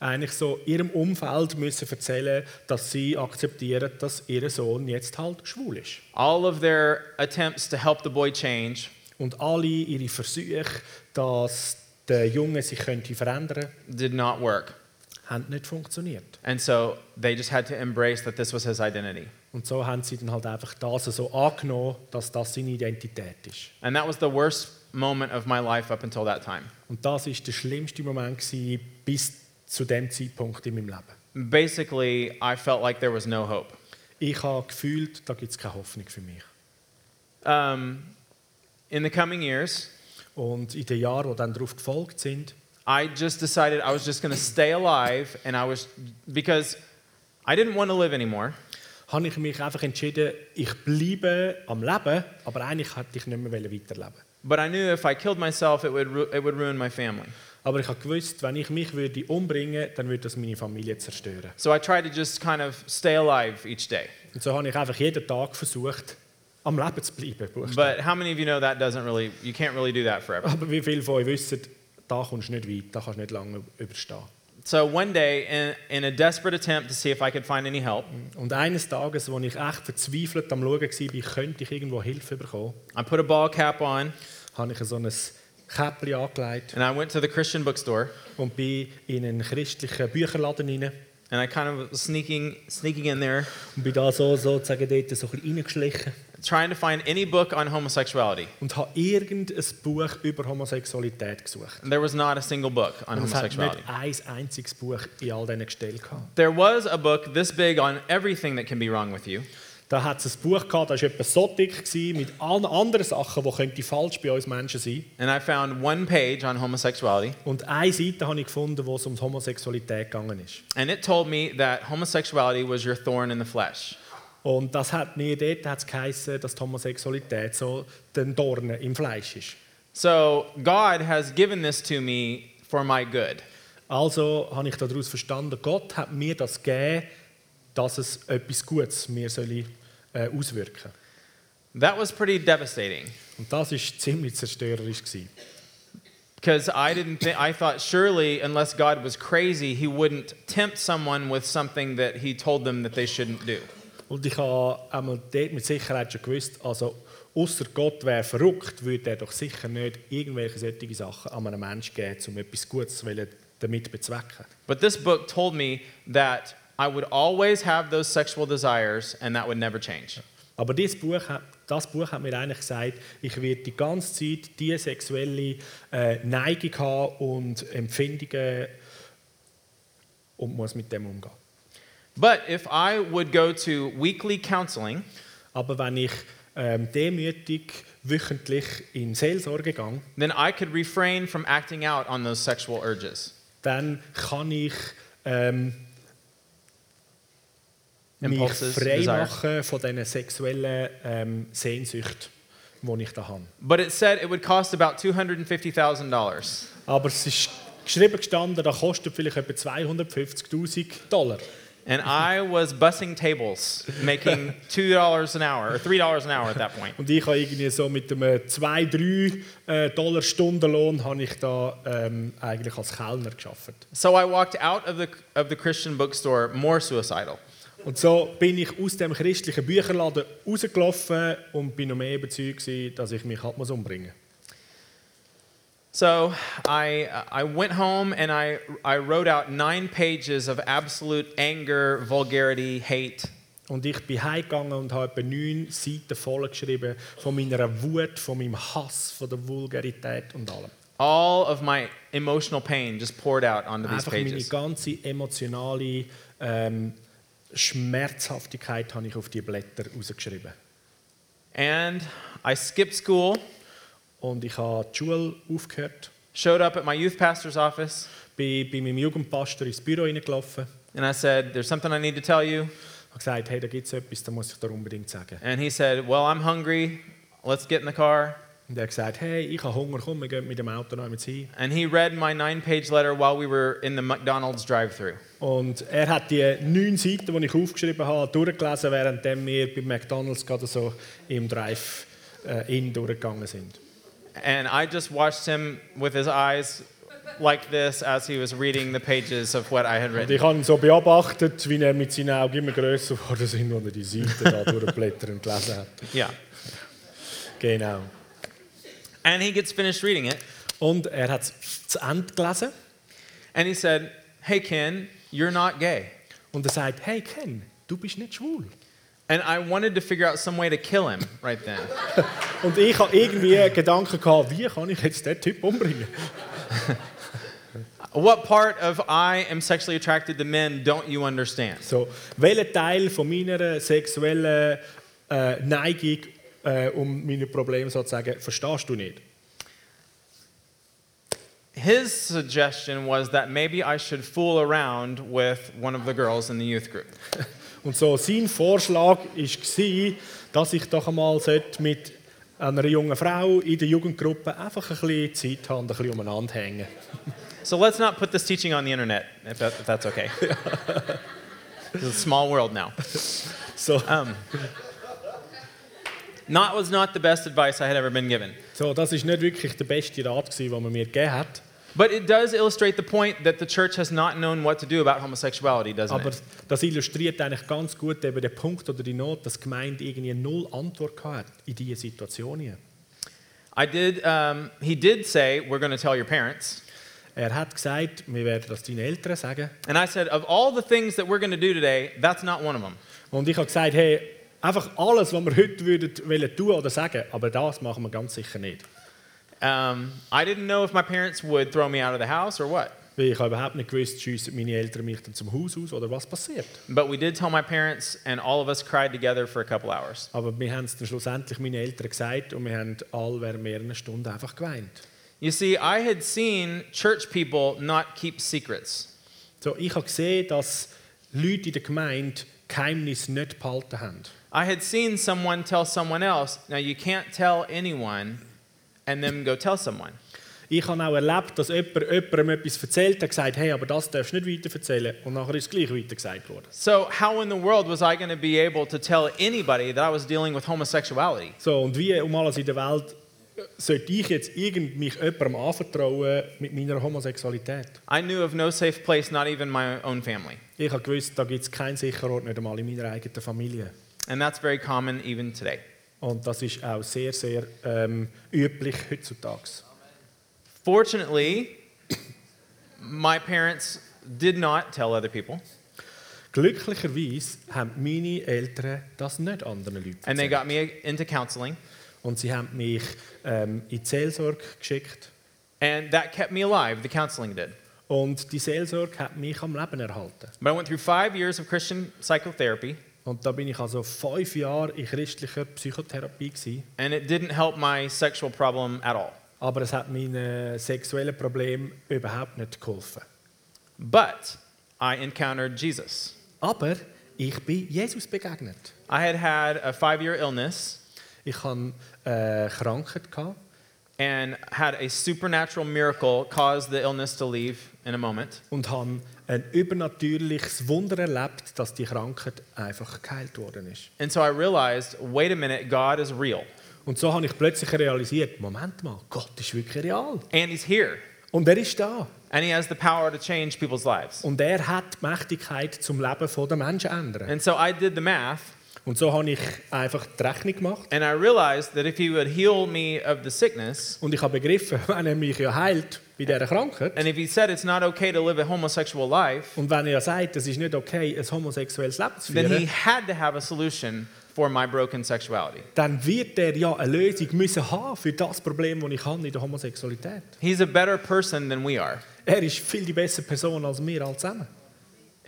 [SPEAKER 1] eigentlich so ihrem Umfeld müssen erzählen, dass sie akzeptieren, dass ihr Sohn jetzt halt schwul ist.
[SPEAKER 2] All of their attempts to help the boy change,
[SPEAKER 1] Und alle ihre Versuche, dass der Junge sich könnte verändern,
[SPEAKER 2] did not work.
[SPEAKER 1] haben nicht funktioniert.
[SPEAKER 2] And so they just had to embrace that this was his identity.
[SPEAKER 1] Und so haben sie dann halt einfach das so angenommen, dass das seine Identität ist.
[SPEAKER 2] And that was the worst moment of my life up until that time.
[SPEAKER 1] Und das ist der schlimmste Moment gewesen, bis zu dem Zeitpunkt in meinem Leben.
[SPEAKER 2] Basically, I felt like there was no hope.
[SPEAKER 1] Ich habe gefühlt, da gibt es keine Hoffnung für mich.
[SPEAKER 2] Um, in the coming years,
[SPEAKER 1] Und in den Jahren, die dann darauf gefolgt sind,
[SPEAKER 2] I just decided I was just going to stay alive, and I was because I didn't want to live anymore.
[SPEAKER 1] habe ich mich einfach entschieden, ich bleibe am Leben, aber eigentlich hätte ich nicht mehr weiterleben
[SPEAKER 2] But I knew if I killed myself, it would ru- it would ruin my family.
[SPEAKER 1] Aber ich habe gewusst, wenn ich mich würde umbringen, dann würde das meine Familie zerstören.
[SPEAKER 2] So I tried to just kind of stay alive each day.
[SPEAKER 1] Und so habe ich einfach jeden Tag versucht, am Leben zu bleiben. buchstäblich.
[SPEAKER 2] But how many of you know that doesn't really you can't really do that forever.
[SPEAKER 1] Aber wie viele von euch wissen, da kommst du nicht weit, da kannst du nicht lange überstehen.
[SPEAKER 2] So one day, in, in a desperate attempt to see if I could find any help,
[SPEAKER 1] Und eines Tages, als ich echt verzweifelt am Schauen war, könnte ich irgendwo Hilfe bekommen,
[SPEAKER 2] I put a ball cap on
[SPEAKER 1] habe ich so ein Käppchen angelegt
[SPEAKER 2] and I went to the Christian bookstore
[SPEAKER 1] und bin in einen christlichen Bücherladen hinein.
[SPEAKER 2] and I kind of was sneaking sneaking in there,
[SPEAKER 1] Und bin da so, sozusagen dort so ein bisschen reingeschlichen
[SPEAKER 2] trying to find any book on homosexuality.
[SPEAKER 1] und habe irgendein Buch über Homosexualität gesucht.
[SPEAKER 2] There was not a single book on
[SPEAKER 1] Und es hat
[SPEAKER 2] homosexuality.
[SPEAKER 1] nicht ein einziges Buch in all diesen Gestellen gehabt.
[SPEAKER 2] There was a book this big on everything that can be wrong with you,
[SPEAKER 1] Da hat es ein Buch gehabt, das war etwa so dick gewesen, mit allen anderen Sachen, die könnte falsch bei uns Menschen sein
[SPEAKER 2] and I found one page on homosexuality,
[SPEAKER 1] Und eine Seite habe ich gefunden, wo es um die Homosexualität gegangen ist.
[SPEAKER 2] and it told me that homosexuality was your thorn in the flesh.
[SPEAKER 1] Und das hat mir dort hat es geheißen, dass die Homosexualität so den Dornen im Fleisch ist.
[SPEAKER 2] So God has given this to me for my good.
[SPEAKER 1] Also habe ich daraus verstanden, Gott hat mir das gegeben, dass es etwas Gutes mir soll, äh, auswirken soll.
[SPEAKER 2] That was pretty devastating
[SPEAKER 1] Und das war ziemlich zerstörerisch. Gewesen.
[SPEAKER 2] because I didn't think I thought surely unless God was crazy, he wouldn't tempt someone with something that he told them that they shouldn't do.
[SPEAKER 1] Und ich habe einmal dort mit Sicherheit schon gewusst, also außer Gott wäre verrückt, würde er doch sicher nicht irgendwelche solche Sachen an einem Menschen geben, um etwas Gutes zu wollen, damit bezwecken.
[SPEAKER 2] But this book told me that I would always have those sexual desires and that would never change.
[SPEAKER 1] Aber dieses Buch hat, das Buch hat mir eigentlich gesagt, ich werde die ganze Zeit diese sexuelle äh, Neigung haben und Empfindungen und muss mit dem umgehen.
[SPEAKER 2] But if I would go to weekly counseling,
[SPEAKER 1] Aber wenn ich ähm, demütig wöchentlich in Seelsorge gehe,
[SPEAKER 2] then I could refrain from acting out on those sexual urges.
[SPEAKER 1] dann kann ich ähm, mich
[SPEAKER 2] Impulses,
[SPEAKER 1] frei
[SPEAKER 2] desires.
[SPEAKER 1] machen von diesen sexuellen ähm, Sehnsüchten, die ich da habe.
[SPEAKER 2] But it said it would cost about $250,000.
[SPEAKER 1] Aber es ist geschrieben gestanden, das kostet vielleicht etwa 250.000 Dollar.
[SPEAKER 2] And I was bussing tables, making $2 an hour or $3 an hour at that point.
[SPEAKER 1] Und ich habe irgendwie so mit einem 2-3 äh, Dollar Stundenlohn habe ich da ähm, eigentlich als Kellner geschafft.
[SPEAKER 2] So I walked out of the, of the Christian bookstore more suicidal.
[SPEAKER 1] Und so bin ich aus dem christlichen Bücherladen rausgelaufen und bin noch mehr überzeugt, gewesen, dass ich mich halt muss umbringen
[SPEAKER 2] So I, I went home and I, I wrote out nine pages of absolute anger, vulgarity, hate.
[SPEAKER 1] Und ich bin heimgegangen und habe etwa neun Seiten vollgeschrieben von meiner Wut, von meinem Hass, von der Vulgarität und allem.
[SPEAKER 2] All of my emotional pain just poured out onto these
[SPEAKER 1] Einfach meine
[SPEAKER 2] pages.
[SPEAKER 1] ganze emotionale ähm, Schmerzhaftigkeit habe ich auf die Blätter rausgeschrieben.
[SPEAKER 2] And I skipped school,
[SPEAKER 1] Und ich habe die Schule aufgehört,
[SPEAKER 2] showed up at my youth pastor's office,
[SPEAKER 1] bin bei meinem Jugendpastor ins Büro reingelaufen,
[SPEAKER 2] and I said, There's something I need to tell you.
[SPEAKER 1] habe gesagt, hey, da gibt es etwas, da muss ich dir unbedingt sagen.
[SPEAKER 2] And he said, Well, I'm hungry. Let's get in the car.
[SPEAKER 1] Und er hat gesagt, hey, ich habe Hunger, komm, wir gehen mit dem Auto noch mit hin.
[SPEAKER 2] And he read my nine page letter while we were in the McDonald's drive through.
[SPEAKER 1] Und er hat die neun Seiten, die ich aufgeschrieben habe, durchgelesen, während wir bei McDonalds gerade so im Drive-In durchgegangen sind.
[SPEAKER 2] And I just watched him with his eyes like this as he was reading the pages of what I had
[SPEAKER 1] Und
[SPEAKER 2] written.
[SPEAKER 1] ich habe ihn so beobachtet, wie er mit seinen Augen immer grösser geworden sind, als er die Seiten da durchblättern und gelesen hat.
[SPEAKER 2] Yeah.
[SPEAKER 1] Genau.
[SPEAKER 2] And he gets finished reading it
[SPEAKER 1] Und er hat es zu Ende gelesen
[SPEAKER 2] and he said, Hey, Ken, you're not gay.
[SPEAKER 1] und er sagt, hey Ken, du bist nicht schwul.
[SPEAKER 2] And I wanted to figure out some way to kill him right then.
[SPEAKER 1] Und ich habe irgendwie Gedanken gehabt, wie kann ich jetzt den Typ umbringen?
[SPEAKER 2] What part of I am sexually attracted to men don't you understand?
[SPEAKER 1] So, welchen Teil von meiner sexuellen äh, Neigung äh, um meine Probleme sozusagen verstehst du nicht?
[SPEAKER 2] His suggestion was that maybe I should fool around with one of the girls in the youth group.
[SPEAKER 1] Und so sein Vorschlag war, dass ich doch einmal sollte mit einer jungen Frau in der Jugendgruppe einfach ein bisschen Zeit haben, und ein bisschen umeinander hängen.
[SPEAKER 2] So let's not put this teaching on the internet, if, that, if that's okay. it's a small world now.
[SPEAKER 1] So,
[SPEAKER 2] Um, Not was not the best advice I had ever been given.
[SPEAKER 1] so, das ist nicht wirklich der beste Rat, gewesen, den man mir gegeben hat.
[SPEAKER 2] But it does illustrate the point that the church has not known what to do about homosexuality, doesn't
[SPEAKER 1] Aber
[SPEAKER 2] it?
[SPEAKER 1] das illustriert eigentlich ganz gut eben den Punkt oder die Not, dass die Gemeinde irgendwie null Antwort hatte in diese Situation. hier.
[SPEAKER 2] I did, um, he did say, we're going to tell your parents.
[SPEAKER 1] Er hat gesagt, wir werden das deinen Eltern sagen.
[SPEAKER 2] And I said, of all the things that we're going to do today, that's not one of them.
[SPEAKER 1] Und ich habe gesagt, hey, einfach alles, was wir heute würden wollen tun oder sagen, aber das machen wir ganz sicher nicht.
[SPEAKER 2] Um, I didn't know if my parents would throw me out of the house or what.
[SPEAKER 1] Weil ich habe überhaupt nicht gewusst, schiessen meine Eltern mich dann zum Haus aus oder was passiert.
[SPEAKER 2] But we did tell my parents, and all of us cried together for a couple hours.
[SPEAKER 1] Aber wir haben es dann schlussendlich meinen Eltern gesagt und wir haben alle während mehreren Stunden einfach geweint.
[SPEAKER 2] You see, I had seen church people not keep secrets.
[SPEAKER 1] So, ich habe gesehen, dass Leute in der Gemeinde Geheimnis nicht behalten haben.
[SPEAKER 2] I had seen someone tell someone else, now you can't tell anyone, and then go tell someone.
[SPEAKER 1] Ich habe auch erlebt, dass jemand jemandem etwas erzählt hat, gesagt, hey, aber das darfst du nicht weiter erzählen. Und nachher ist es gleich weiter gesagt worden.
[SPEAKER 2] So, how in the world was I going to be able to tell anybody that I was dealing with homosexuality?
[SPEAKER 1] So, und wie um alles in der Welt äh, sollte ich jetzt irgend mich jemandem anvertrauen mit meiner Homosexualität?
[SPEAKER 2] I knew of no safe place, not even my own family.
[SPEAKER 1] Ich habe gewusst, da gibt es keinen sicheren Ort, nicht einmal in meiner eigenen Familie.
[SPEAKER 2] And that's very common even today.
[SPEAKER 1] Und das ist auch sehr, sehr ähm, üblich heutzutage.
[SPEAKER 2] Fortunately, my parents did not tell other people.
[SPEAKER 1] Glücklicherweise haben meine Eltern das nicht anderen Leuten
[SPEAKER 2] And they
[SPEAKER 1] erzählt.
[SPEAKER 2] got me into counseling,
[SPEAKER 1] Und sie haben mich ähm, in die Seelsorge geschickt.
[SPEAKER 2] and that kept me alive. The counseling did.
[SPEAKER 1] Und die Seelsorge hat mich am Leben erhalten.
[SPEAKER 2] But I went through five years of Christian psychotherapy,
[SPEAKER 1] Und da bin ich also fünf Jahre in christlicher Psychotherapie. Gewesen.
[SPEAKER 2] and it didn't help my sexual problem at all.
[SPEAKER 1] Aber es hat meinen sexuellen Problem überhaupt nicht geholfen.
[SPEAKER 2] But I encountered Jesus.
[SPEAKER 1] Aber ich bin Jesus begegnet.
[SPEAKER 2] I had had a five year illness
[SPEAKER 1] Ich hatte äh, Krankheit. Gehabt.
[SPEAKER 2] and had a supernatural miracle cause the illness to leave in a moment.
[SPEAKER 1] und haben ein übernatürliches Wunder erlebt, dass die Krankheit einfach geheilt worden ist.
[SPEAKER 2] And so I realized wait a minute, God is real,
[SPEAKER 1] Und so habe ich plötzlich realisiert, Moment mal, Gott ist wirklich real.
[SPEAKER 2] and He's here,
[SPEAKER 1] Und er ist da.
[SPEAKER 2] and He has the power to change people's lives.
[SPEAKER 1] Und er hat die Mächtigkeit zum Leben der Menschen zu ändern.
[SPEAKER 2] And so I did the math,
[SPEAKER 1] Und so habe ich einfach die Rechnung gemacht.
[SPEAKER 2] and I realized that if He would heal me of the sickness,
[SPEAKER 1] Und ich habe begriffen, wenn er mich ja heilt bei dieser Krankheit
[SPEAKER 2] and if He said it's not okay to live a homosexual life,
[SPEAKER 1] und wenn er ja sagt, es ist nicht okay, ein homosexuelles Leben zu
[SPEAKER 2] then He
[SPEAKER 1] führen,
[SPEAKER 2] had to have a solution for my broken sexuality.
[SPEAKER 1] dann wird er ja eine Lösung müssen haben für das Problem, das ich habe in der Homosexualität.
[SPEAKER 2] He's a better person than we are.
[SPEAKER 1] Er ist viel die bessere Person als wir alle zusammen.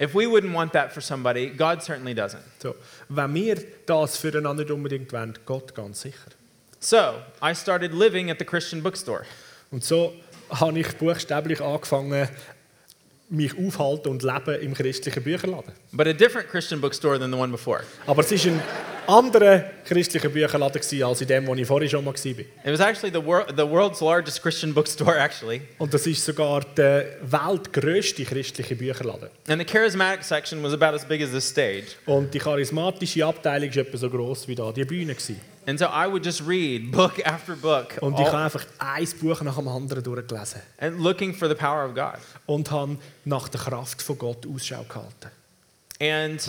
[SPEAKER 2] If we wouldn't want that for somebody, God certainly doesn't.
[SPEAKER 1] So, wenn wir das füreinander nicht unbedingt wollen, Gott ganz sicher.
[SPEAKER 2] So I started living at the Christian bookstore.
[SPEAKER 1] Und so habe ich buchstäblich angefangen, mich aufhalten und leben im christlichen Bücherladen.
[SPEAKER 2] but a different Christian bookstore than the one before.
[SPEAKER 1] Aber es war ein anderer christlicher Bücherladen gewesen, als in dem, wo ich vorher schon mal war.
[SPEAKER 2] It was actually the, wor- the world's largest Christian bookstore, actually.
[SPEAKER 1] Und das ist sogar der weltgrößte christliche Bücherladen.
[SPEAKER 2] And the charismatic section was about as big as this stage.
[SPEAKER 1] Und die charismatische Abteilung war etwa so gross wie da die Bühne. Gewesen.
[SPEAKER 2] And so I would just read book after book
[SPEAKER 1] Und ich
[SPEAKER 2] all-
[SPEAKER 1] habe einfach ein Buch nach dem anderen durchgelesen
[SPEAKER 2] and looking for the power of God.
[SPEAKER 1] und habe nach der Kraft von Gott Ausschau gehalten.
[SPEAKER 2] And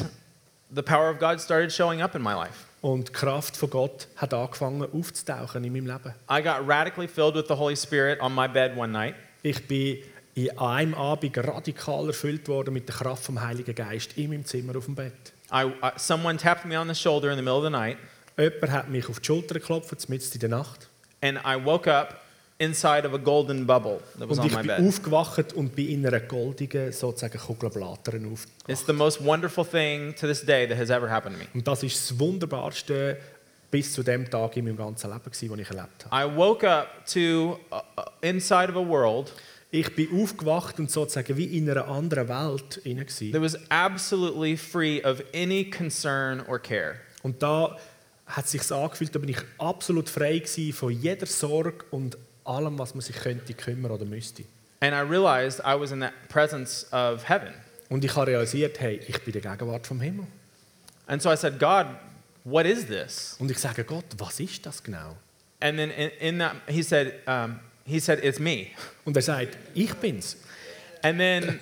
[SPEAKER 2] the power of God started showing up in my life.
[SPEAKER 1] Und die Kraft von Gott hat angefangen aufzutauchen in meinem Leben.
[SPEAKER 2] I got radically filled with the Holy Spirit on my bed one night.
[SPEAKER 1] Ich bin in einem Abend radikal erfüllt worden mit der Kraft vom Heiligen Geist in meinem Zimmer auf dem Bett.
[SPEAKER 2] I, I, someone tapped me on the shoulder in the middle of the night,
[SPEAKER 1] Jemand hat mich auf die Schulter geklopft, mitten in der Nacht.
[SPEAKER 2] and I woke up inside of a golden bubble that was
[SPEAKER 1] Und
[SPEAKER 2] on
[SPEAKER 1] ich
[SPEAKER 2] my
[SPEAKER 1] bin
[SPEAKER 2] bed.
[SPEAKER 1] aufgewacht und bin in einer goldigen, sozusagen Kugelblattern auf.
[SPEAKER 2] It's the most wonderful thing to this day that has ever happened to me.
[SPEAKER 1] Und das ist das Wunderbarste bis zu dem Tag in meinem ganzen Leben, gewesen, den ich erlebt habe.
[SPEAKER 2] I woke up to uh, uh, inside of a world
[SPEAKER 1] Ich bin aufgewacht und sozusagen wie in einer anderen Welt hinein. gewesen.
[SPEAKER 2] that was absolutely free of any concern or care.
[SPEAKER 1] Und da hat es sich angefühlt, da bin ich absolut frei gewesen von jeder Sorge und allem, was man sich könnte kümmern oder müsste.
[SPEAKER 2] And I realized I was in the presence of heaven.
[SPEAKER 1] Und ich habe realisiert, hey, ich bin der Gegenwart vom Himmel.
[SPEAKER 2] And so I said, God, what is this?
[SPEAKER 1] Und ich sage Gott, was ist das genau?
[SPEAKER 2] And then in, in that, he said, um, he said, it's me.
[SPEAKER 1] Und er sagt, ich bin's.
[SPEAKER 2] And then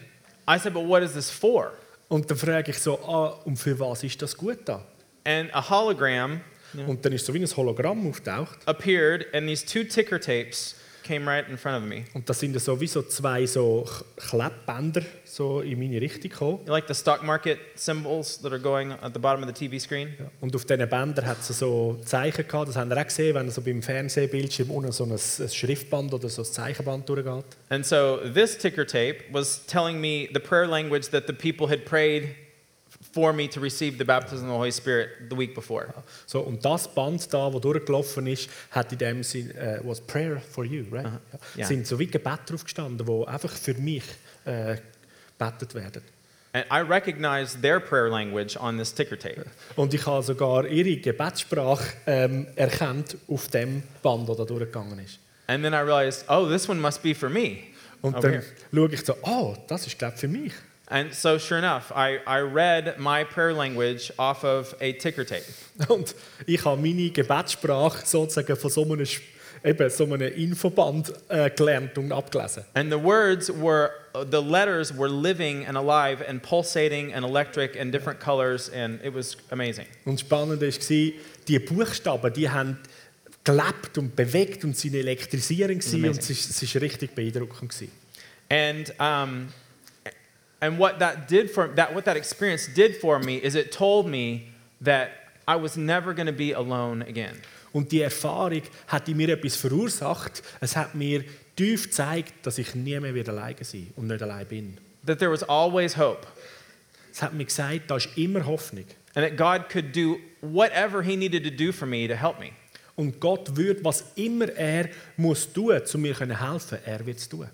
[SPEAKER 2] I said, but what is this for?
[SPEAKER 1] Und dann frage ich so, ah, und für was ist das gut da?
[SPEAKER 2] And a hologram
[SPEAKER 1] Und dann ist so wie ein Hologramm auftaucht.
[SPEAKER 2] appeared, and these two ticker tapes came right in front of me,
[SPEAKER 1] Und das sind so wie so zwei so K- Klebbänder so in meine Richtung gekommen.
[SPEAKER 2] like the stock market symbols that are going at the bottom of the TV screen.
[SPEAKER 1] Ja. Und auf diesen Bändern hat es so Zeichen gehabt, das haben wir auch gesehen, wenn so beim Fernsehbildschirm unten so ein, ein Schriftband oder so ein Zeichenband durchgeht.
[SPEAKER 2] And so this ticker tape was telling me the prayer language that the people had prayed for me to receive the baptism of the Holy Spirit the week before.
[SPEAKER 1] So, und das Band da, das durchgelaufen ist, hat in dem Sinn, äh, was Prayer for You, right? Ja.
[SPEAKER 2] ja.
[SPEAKER 1] sind so wie Gebete drauf gestanden, die einfach für mich äh, gebetet werden.
[SPEAKER 2] And I recognized their prayer language on this ticker tape.
[SPEAKER 1] Und ich habe sogar ihre Gebetssprache ähm, erkannt auf dem Band, das da durchgegangen ist.
[SPEAKER 2] And then I realized, oh, this one must be for me.
[SPEAKER 1] Und
[SPEAKER 2] Oh,
[SPEAKER 1] dann
[SPEAKER 2] weird.
[SPEAKER 1] schaue ich so, oh, das ist glaube ich für mich.
[SPEAKER 2] And so, sure enough, I, I read my prayer language off of a ticker tape.
[SPEAKER 1] Und ich habe meine Gebetssprache sozusagen von so einem, Sch- eben, so einem Infoband äh, gelernt und abgelesen.
[SPEAKER 2] And the words were, uh, the letters were living and alive and pulsating and electric and different colors, and it was amazing.
[SPEAKER 1] Und spannend war, die Buchstaben, die haben gelebt und bewegt und sind elektrisierend gewesen
[SPEAKER 2] Amazing.
[SPEAKER 1] und es ist- es war richtig beeindruckend. Gewesen.
[SPEAKER 2] And um, And what that did for that what that experience did for me is it told me that I was never going to be alone again.
[SPEAKER 1] Und die Erfahrung hat in mir etwas verursacht. Es hat mir tief gezeigt, dass ich nie mehr wieder alleine sein und nicht allein bin.
[SPEAKER 2] That there was always hope
[SPEAKER 1] Es hat mir gesagt, da ist immer Hoffnung.
[SPEAKER 2] and that God could do whatever he needed to do for me to help me.
[SPEAKER 1] Und Gott wird, was immer er muss tun, um mir können helfen, er wird es tun.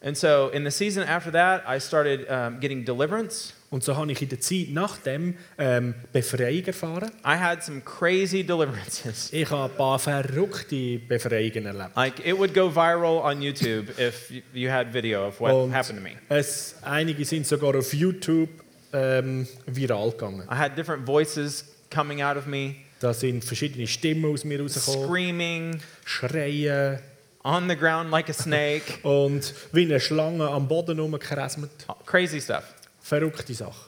[SPEAKER 2] And so in the season after that, I started um, getting deliverance.
[SPEAKER 1] Und so habe ich in der Zeit nach dem ähm, Befreiung erfahren.
[SPEAKER 2] I had some crazy deliverances.
[SPEAKER 1] Ich habe ein paar verrückte Befreiungen erlebt.
[SPEAKER 2] Like it would go viral on YouTube if y- you had video of what
[SPEAKER 1] Und
[SPEAKER 2] happened to me.
[SPEAKER 1] Es, einige sind sogar auf YouTube ähm, viral gegangen.
[SPEAKER 2] I had different voices coming out of me,
[SPEAKER 1] Da sind verschiedene Stimmen aus mir rausgekommen,
[SPEAKER 2] screaming
[SPEAKER 1] schreien
[SPEAKER 2] on the ground like a snake, Uh,
[SPEAKER 1] und wie eine Schlange am Boden rumkräsmet.
[SPEAKER 2] crazy stuff.
[SPEAKER 1] Verrückte Sache.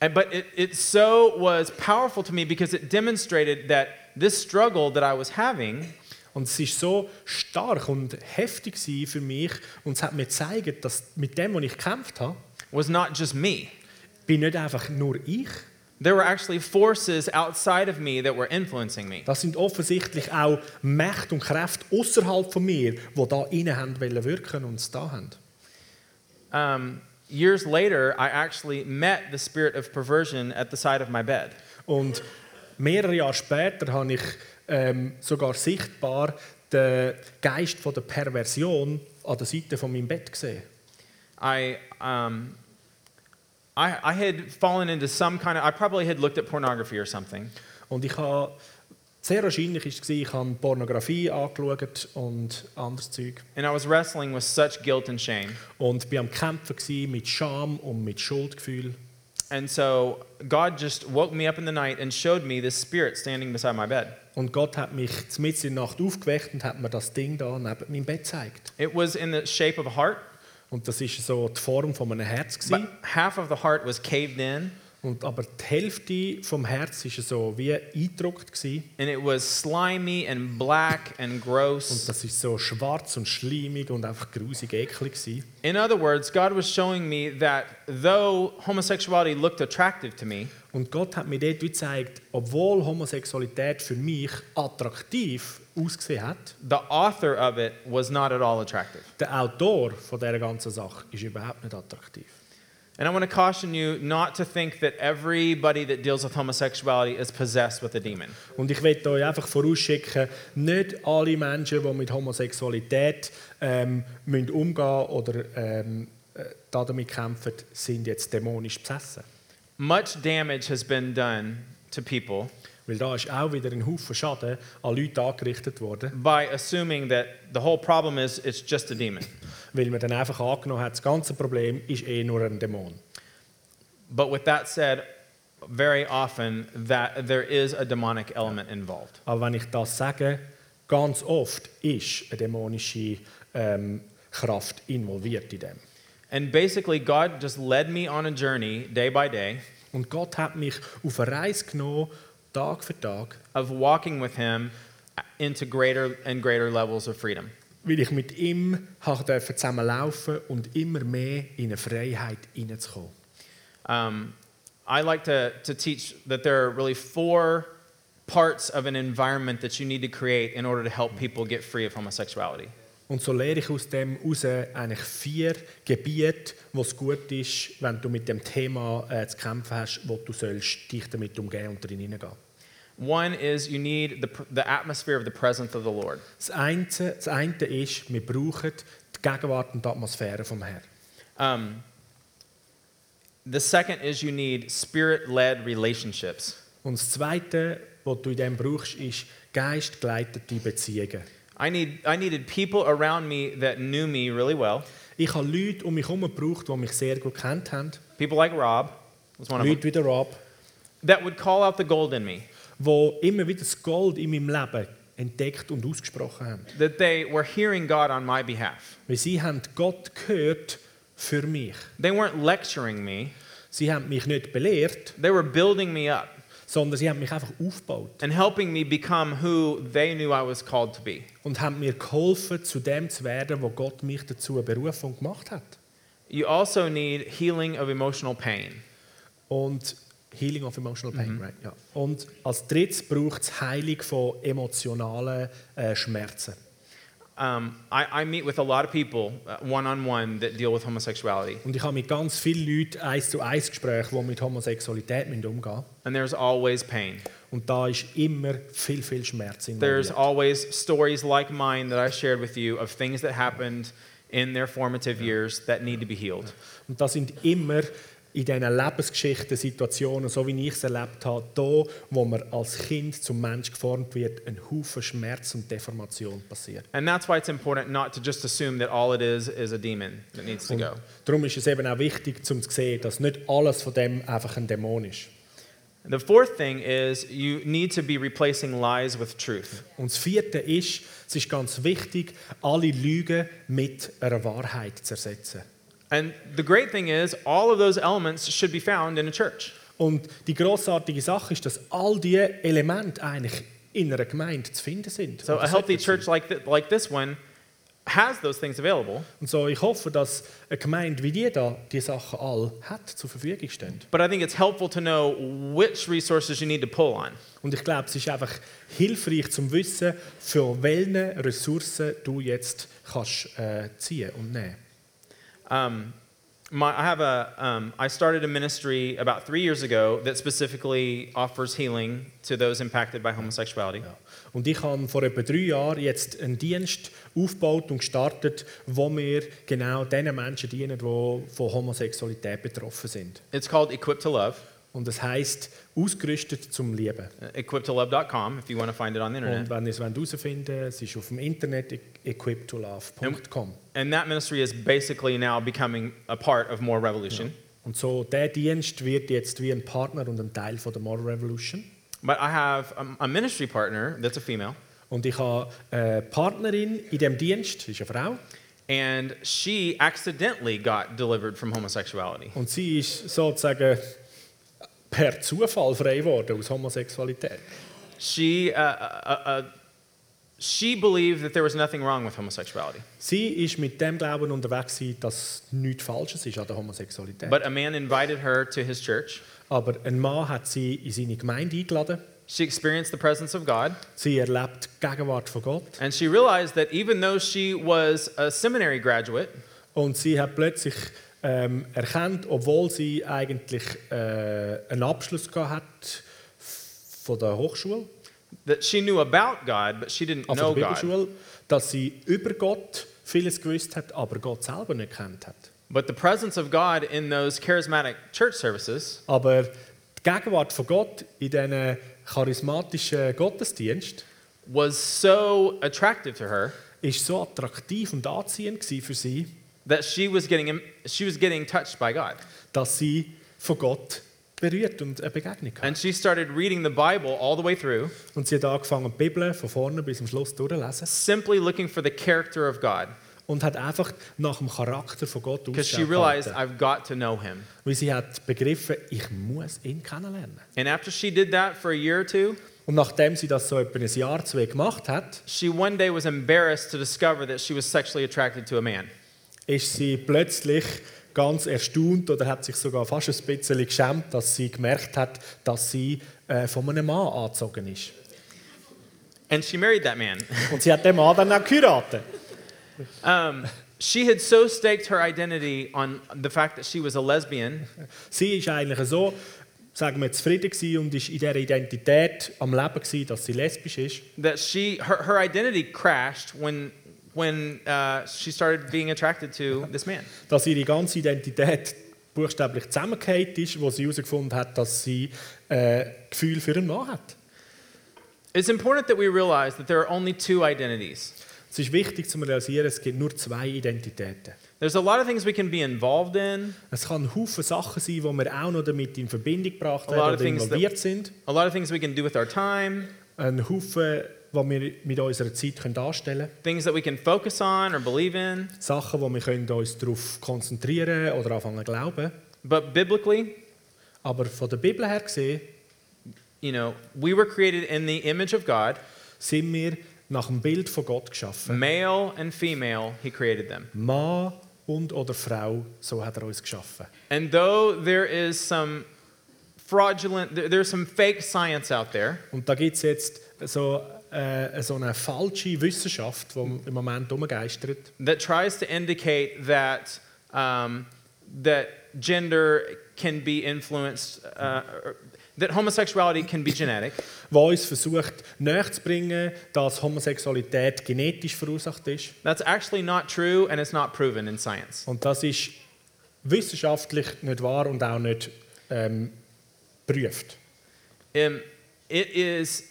[SPEAKER 2] And, but it, it so was powerful to me because it demonstrated that this struggle that I was having
[SPEAKER 1] Und es ist so stark und heftig gewesen für mich und es hat mir gezeigt, dass mit dem, was ich gekämpft habe,
[SPEAKER 2] was not just me.
[SPEAKER 1] bin nicht einfach nur ich.
[SPEAKER 2] There were actually forces outside of me that were influencing me.
[SPEAKER 1] Das sind offensichtlich auch Mächte und Kräfte außerhalb von mir, die da innen haben wollen wirken und es da haben.
[SPEAKER 2] Um, years later, I actually met the spirit of perversion at the side of my bed.
[SPEAKER 1] Und mehrere Jahre später habe ich ähm, sogar sichtbar den Geist von der Perversion an der Seite von meinem Bett gesehen.
[SPEAKER 2] I, um, I, I had fallen into some kind of, I probably had looked at pornography or something.
[SPEAKER 1] Und ich habe sehr wahrscheinlich ist es gewesen, ich habe Pornografie angeschaut und anderes Zeug
[SPEAKER 2] And I was wrestling with such guilt and shame.
[SPEAKER 1] und bin am Kämpfen gewesen mit Scham und mit Schuldgefühl.
[SPEAKER 2] And so God just woke me up in the night and showed me this spirit standing beside my bed.
[SPEAKER 1] Und Gott hat mich mitten in der Nacht aufgeweckt und hat mir das Ding da neben meinem Bett gezeigt.
[SPEAKER 2] It was in the shape of a heart,
[SPEAKER 1] Und das ist so die Form von einem Herz
[SPEAKER 2] but
[SPEAKER 1] gewesen.
[SPEAKER 2] half of the heart was caved in
[SPEAKER 1] und aber die Hälfte vom Herz ist so wie eingedruckt gewesen.
[SPEAKER 2] and it was slimy and black and
[SPEAKER 1] Und
[SPEAKER 2] gross.
[SPEAKER 1] das ist so schwarz und schleimig und einfach grusig eklig gewesen.
[SPEAKER 2] In other words, God was showing me that though homosexuality looked attractive to me,
[SPEAKER 1] Und Gott hat mir dort wie gezeigt, obwohl Homosexualität für mich attraktiv ausgesehen hat,
[SPEAKER 2] the author of it was not at all attractive.
[SPEAKER 1] der Autor von dieser ganzen Sache ist überhaupt nicht attraktiv.
[SPEAKER 2] And I want to caution you not to think that everybody that deals with homosexuality is possessed with a demon.
[SPEAKER 1] Und ich möchte euch einfach vorausschicken, nicht alle Menschen, die mit Homosexualität ähm, müssen umgehen oder ähm, äh, damit kämpfen, sind jetzt dämonisch besessen.
[SPEAKER 2] Much damage has been done to people
[SPEAKER 1] Weil da ist auch wieder ein Haufen Schaden an Leute angerichtet worden.
[SPEAKER 2] by assuming that the whole problem is it's just a demon.
[SPEAKER 1] weil man dann einfach angenommen hat, das ganze Problem ist eh nur ein Dämon.
[SPEAKER 2] But with that said, very often that there is a demonic element involved.
[SPEAKER 1] Aber wenn ich das sage, ganz oft ist eine dämonische ähm, Kraft involviert in dem.
[SPEAKER 2] And basically, God just led me on a journey day by day
[SPEAKER 1] Und Gott hat mich auf eine Reise genommen, Tag für Tag,
[SPEAKER 2] of walking with Him into greater and greater levels of freedom.
[SPEAKER 1] weil ich mit ihm habe dürfen zusammenlaufen und immer mehr in eine Freiheit hineinzukommen.
[SPEAKER 2] Um, I like to, to teach that there are really four parts of an environment that you need to create in order to help people get free of homosexuality.
[SPEAKER 1] Und so lehre ich aus dem heraus eigentlich vier Gebiete, wo es gut ist, wenn du mit dem Thema äh, zu kämpfen hast, wo du sollst dich damit umgehen und drin hineingehen.
[SPEAKER 2] One is you need the, pr- the atmosphere of the presence of the Lord.
[SPEAKER 1] Das eine, das eine ist, wir brauchen die Gegenwart und die Atmosphäre vom Herrn.
[SPEAKER 2] Um, the second is you need spirit led relationships.
[SPEAKER 1] Und das Zweite, was du in dem brauchst, ist geistgeleitete Beziehungen.
[SPEAKER 2] I, need, I needed people around me that knew me really well.
[SPEAKER 1] Ich habe Leute um mich herum gebraucht, die mich sehr gut kennt haben.
[SPEAKER 2] People like Rob was one of them,
[SPEAKER 1] Leute wie der Rob,
[SPEAKER 2] that would call out the gold in me,
[SPEAKER 1] die immer wieder das Gold in meinem Leben entdeckt und ausgesprochen haben.
[SPEAKER 2] that they were hearing God on my behalf.
[SPEAKER 1] Weil sie haben Gott gehört für mich.
[SPEAKER 2] They weren't lecturing me,
[SPEAKER 1] Sie haben mich nicht belehrt,
[SPEAKER 2] they were building me up
[SPEAKER 1] sondern sie haben mich einfach aufgebaut
[SPEAKER 2] and helping me become who they knew I was called to be.
[SPEAKER 1] und haben mir geholfen, zu dem zu werden, wo Gott mich dazu berufen und gemacht hat.
[SPEAKER 2] You also need healing of emotional pain.
[SPEAKER 1] und Healing of Emotional Pain. Right? Ja. Und als drittes braucht es Heilung von emotionalen äh, Schmerzen.
[SPEAKER 2] Um, I, I meet with a lot of people one on one that deal with homosexuality,
[SPEAKER 1] Und ich habe mit ganz vielen Leuten eins zu eins Gespräche, die mit Homosexualität müssen umgehen müssen.
[SPEAKER 2] and there's always pain.
[SPEAKER 1] Und da ist immer viel, viel Schmerz in
[SPEAKER 2] There's always stories like mine that I shared with you of things that happened in their formative years that need to be healed.
[SPEAKER 1] Und da sind immer in diesen Lebensgeschichten Situationen, so wie ich es erlebt habe, da, wo man als Kind zum Mensch geformt wird, ein Haufen Schmerz und Deformation passiert.
[SPEAKER 2] And that's why it's important not to just assume that all it is is a demon that needs to
[SPEAKER 1] Und
[SPEAKER 2] go.
[SPEAKER 1] darum ist es eben auch wichtig, um zu sehen, dass nicht alles von dem einfach ein Dämon ist.
[SPEAKER 2] The fourth thing is you need to be replacing lies with truth.
[SPEAKER 1] Und das Vierte ist, es ist ganz wichtig, alle Lügen mit einer Wahrheit zu ersetzen.
[SPEAKER 2] And the great thing is all of those elements should be found in a church.
[SPEAKER 1] Und die großartige Sache ist, dass all diese Elemente eigentlich in einer Gemeinde zu finden sind.
[SPEAKER 2] So
[SPEAKER 1] Oder
[SPEAKER 2] a
[SPEAKER 1] sollten
[SPEAKER 2] healthy
[SPEAKER 1] sie.
[SPEAKER 2] church like, th- like this one has those things available,
[SPEAKER 1] Und so, ich hoffe, dass eine Gemeinde wie die da die Sachen all hat zur Verfügung stehen.
[SPEAKER 2] but I think it's helpful to know which resources you need to pull on.
[SPEAKER 1] Und ich glaube, es ist einfach hilfreich zum Wissen, für welche Ressourcen du jetzt kannst äh, ziehen und nehmen.
[SPEAKER 2] Um, my, I have a. Um, I started a ministry about three years ago that specifically offers healing to those impacted by homosexuality.
[SPEAKER 1] Ja. Und ich habe vor etwa drei Jahren jetzt einen Dienst aufgebaut und gestartet, wo wir genau den Menschen dienen, die von Homosexualität betroffen sind.
[SPEAKER 2] It's called Equipped to Love.
[SPEAKER 1] Und das heißt ausgerüstet zum Lieben.
[SPEAKER 2] uh, Equippedtolove.com if you want to find it on the
[SPEAKER 1] Und
[SPEAKER 2] internet.
[SPEAKER 1] wenn ihr es herausfinden wollt, es ist auf dem Internet e- equippedtolove.com.
[SPEAKER 2] And that ministry is basically now becoming a part of More Revolution.
[SPEAKER 1] Und so der Dienst wird jetzt wie ein Partner und ein Teil von der Moral Revolution.
[SPEAKER 2] But I have a, a ministry partner that's a female,
[SPEAKER 1] Und ich habe eine Partnerin in dem Dienst, sie ist eine Frau,
[SPEAKER 2] and she accidentally got delivered from homosexuality.
[SPEAKER 1] und sie ist sozusagen per Zufall frei geworden aus Homosexualität.
[SPEAKER 2] She, uh, uh, uh, she believed that there was nothing wrong with homosexuality,
[SPEAKER 1] Sie ist mit dem Glauben unterwegs, gewesen, dass nichts Falsches ist an der Homosexualität.
[SPEAKER 2] but a man invited her to his church.
[SPEAKER 1] Aber ein Mann hat sie in seine Gemeinde eingeladen.
[SPEAKER 2] She experienced the presence of God,
[SPEAKER 1] Sie erlebt die Gegenwart von Gott.
[SPEAKER 2] and she realized that even though she was a seminary graduate,
[SPEAKER 1] Und sie hat plötzlich ähm, erkannt, obwohl sie eigentlich äh, einen Abschluss gehabt hat von der Hochschule,
[SPEAKER 2] that she knew about God, but she didn't
[SPEAKER 1] also
[SPEAKER 2] know
[SPEAKER 1] der
[SPEAKER 2] God.
[SPEAKER 1] Bibelschule, dass sie über Gott vieles gewusst hat, aber Gott selber nicht kennt hat.
[SPEAKER 2] But the presence of God in those charismatic church services
[SPEAKER 1] Aber die Gegenwart von Gott in diesen charismatischen Gottesdienst
[SPEAKER 2] was so attractive to her
[SPEAKER 1] ist so attraktiv und anziehend gewesen für sie,
[SPEAKER 2] that she was getting she was getting touched by God.
[SPEAKER 1] dass sie von Gott berührt und eine Begegnung hat.
[SPEAKER 2] And she started reading the Bible all the way through,
[SPEAKER 1] Und sie hat angefangen, die Bibel von vorne bis zum Schluss durchzulesen.
[SPEAKER 2] simply looking for the character of God
[SPEAKER 1] und hat einfach nach dem Charakter von Gott
[SPEAKER 2] because she
[SPEAKER 1] Ausschau
[SPEAKER 2] realized
[SPEAKER 1] gehalten.
[SPEAKER 2] I've got to know him.
[SPEAKER 1] weil sie hat begriffen, ich muss ihn kennenlernen.
[SPEAKER 2] And after she did that for a year or two,
[SPEAKER 1] Und nachdem sie das so etwa ein Jahr, zwei gemacht hat,
[SPEAKER 2] she one day was embarrassed to discover that she was sexually attracted to a man.
[SPEAKER 1] ist sie plötzlich ganz erstaunt oder hat sich sogar fast ein bisschen geschämt, dass sie gemerkt hat, dass sie äh, von einem Mann angezogen ist.
[SPEAKER 2] And she married that man.
[SPEAKER 1] Und sie hat den Mann dann auch geheiratet.
[SPEAKER 2] Um, she had so staked her identity on the fact that she was a lesbian
[SPEAKER 1] Sie ist eigentlich so, sagen wir, zufrieden gewesen und ist in dieser Identität am Leben gewesen, dass sie lesbisch ist.
[SPEAKER 2] that she her, her identity crashed when when uh, she started being attracted to this man
[SPEAKER 1] dass ihre ganze Identität buchstäblich zusammengehängt ist, wo sie herausgefunden hat, dass sie äh, Gefühl für einen Mann hat.
[SPEAKER 2] it's important that we realize that there are only two identities
[SPEAKER 1] Es ist wichtig zu realisieren, es gibt nur zwei Identitäten.
[SPEAKER 2] there's a lot of things we can be involved in
[SPEAKER 1] Es kann Haufen Sachen sein, die wir auch noch damit in Verbindung gebracht
[SPEAKER 2] A
[SPEAKER 1] werden
[SPEAKER 2] lot
[SPEAKER 1] oder
[SPEAKER 2] of things that-
[SPEAKER 1] involviert sind.
[SPEAKER 2] a lot of things we can do with our time
[SPEAKER 1] Ein Haufen, was wir mit unserer Zeit können anstellen können.
[SPEAKER 2] things that we can focus on or believe in
[SPEAKER 1] Sachen, wo wir können uns darauf konzentrieren oder anfangen zu glauben.
[SPEAKER 2] but biblically
[SPEAKER 1] Aber von der Bibel her gesehen,
[SPEAKER 2] you know we were created in the image of god
[SPEAKER 1] sind wir nach dem Bild von Gott geschaffen.
[SPEAKER 2] male and female he created them
[SPEAKER 1] Mann und oder Frau, so hat er uns geschaffen.
[SPEAKER 2] And though there is some fraudulent, there- there's some fake science out there,
[SPEAKER 1] Und da gibt es jetzt so, äh, so eine falsche Wissenschaft, die im Moment umgeistert.
[SPEAKER 2] that tries to indicate that um, that gender can be influenced, uh, or- that homosexuality can be genetic,
[SPEAKER 1] die uns versucht nahezubringen, dass Homosexualität genetisch verursacht ist.
[SPEAKER 2] that's actually not true, and it's not proven in science.
[SPEAKER 1] Und das ist wissenschaftlich nicht wahr und auch nicht ähm, prüft.
[SPEAKER 2] Um, it is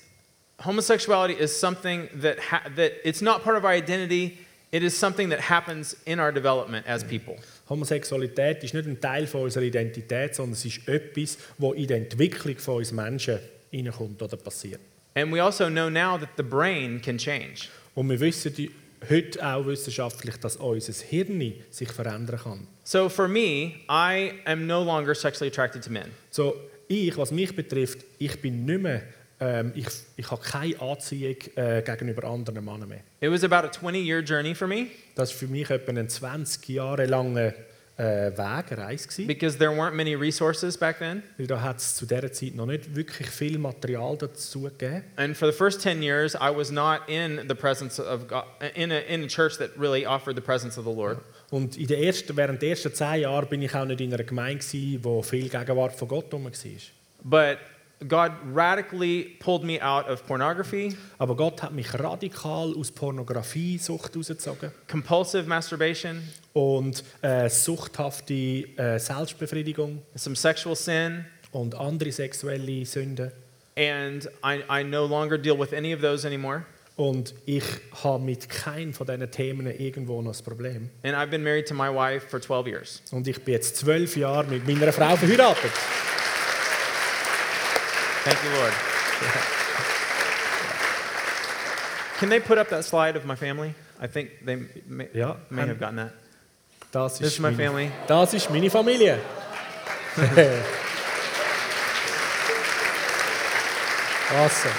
[SPEAKER 2] homosexuality is something that ha- that it's not part of our identity. It is something that happens in our development as people.
[SPEAKER 1] Homosexualität ist nicht ein Teil von unserer Identität, sondern es ist etwas, wo in der Entwicklung von uns Menschen hineinkommt oder passiert.
[SPEAKER 2] And we also know now that the brain can change.
[SPEAKER 1] Und wir wissen die- heute auch wissenschaftlich, dass unser Hirn sich verändern kann.
[SPEAKER 2] So for me, I am no longer sexually attracted to men.
[SPEAKER 1] So, ich, was mich betrifft, ich bin nicht mehr, ähm, ich, ich habe keine Anziehung äh, gegenüber anderen Männern mehr.
[SPEAKER 2] It was about a 20 year journey for me
[SPEAKER 1] Das war für mich etwa ein 20 Jahre langer äh, Weg, eine Reise. Gewesen,
[SPEAKER 2] because there weren't many resources back then.
[SPEAKER 1] weil da hat es zu dieser Zeit noch nicht wirklich viel Material dazu gegeben.
[SPEAKER 2] And for the first 10 years, I was not in the presence of God, in a, in a church that really offered the presence of the Lord.
[SPEAKER 1] Und in der ersten, während der ersten zehn Jahre bin ich auch nicht in einer Gemeinde, gewesen, wo viel Gegenwart von Gott herum war.
[SPEAKER 2] But God radically pulled me out of pornography,
[SPEAKER 1] Aber Gott hat mich radikal aus Pornografie-Sucht herausgezogen
[SPEAKER 2] compulsive masturbation,
[SPEAKER 1] und äh, suchthafte äh, Selbstbefriedigung
[SPEAKER 2] some sexual sin,
[SPEAKER 1] und andere sexuelle Sünden.
[SPEAKER 2] and I, I no longer deal with any of those anymore.
[SPEAKER 1] Und ich habe mit keinem von diesen Themen irgendwo noch ein Problem.
[SPEAKER 2] And I've been married to my wife for 12 years.
[SPEAKER 1] Und ich bin jetzt zwölf Jahre mit meiner Frau verheiratet.
[SPEAKER 2] Thank you, Lord. Can they put up that slide of my family? I think they may,
[SPEAKER 1] Ja,
[SPEAKER 2] may
[SPEAKER 1] ähm,
[SPEAKER 2] have gotten that.
[SPEAKER 1] Das ist,
[SPEAKER 2] This is my
[SPEAKER 1] meine,
[SPEAKER 2] family.
[SPEAKER 1] Das ist meine Familie. awesome.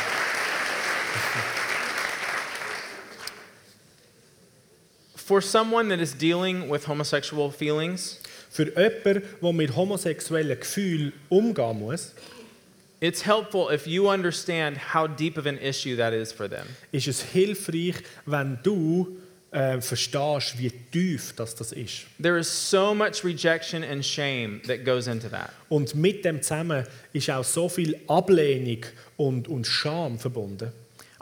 [SPEAKER 2] For someone that is dealing with homosexual feelings,
[SPEAKER 1] Für jemanden, der mit homosexuellen Gefühlen umgehen muss,
[SPEAKER 2] it's helpful if you understand how deep of an issue that is for them.
[SPEAKER 1] ist es hilfreich, wenn du äh, verstehst, wie tief das, das ist.
[SPEAKER 2] There is so much rejection and shame that goes into that.
[SPEAKER 1] Und mit dem zusammen ist auch so viel Ablehnung und, und Scham verbunden.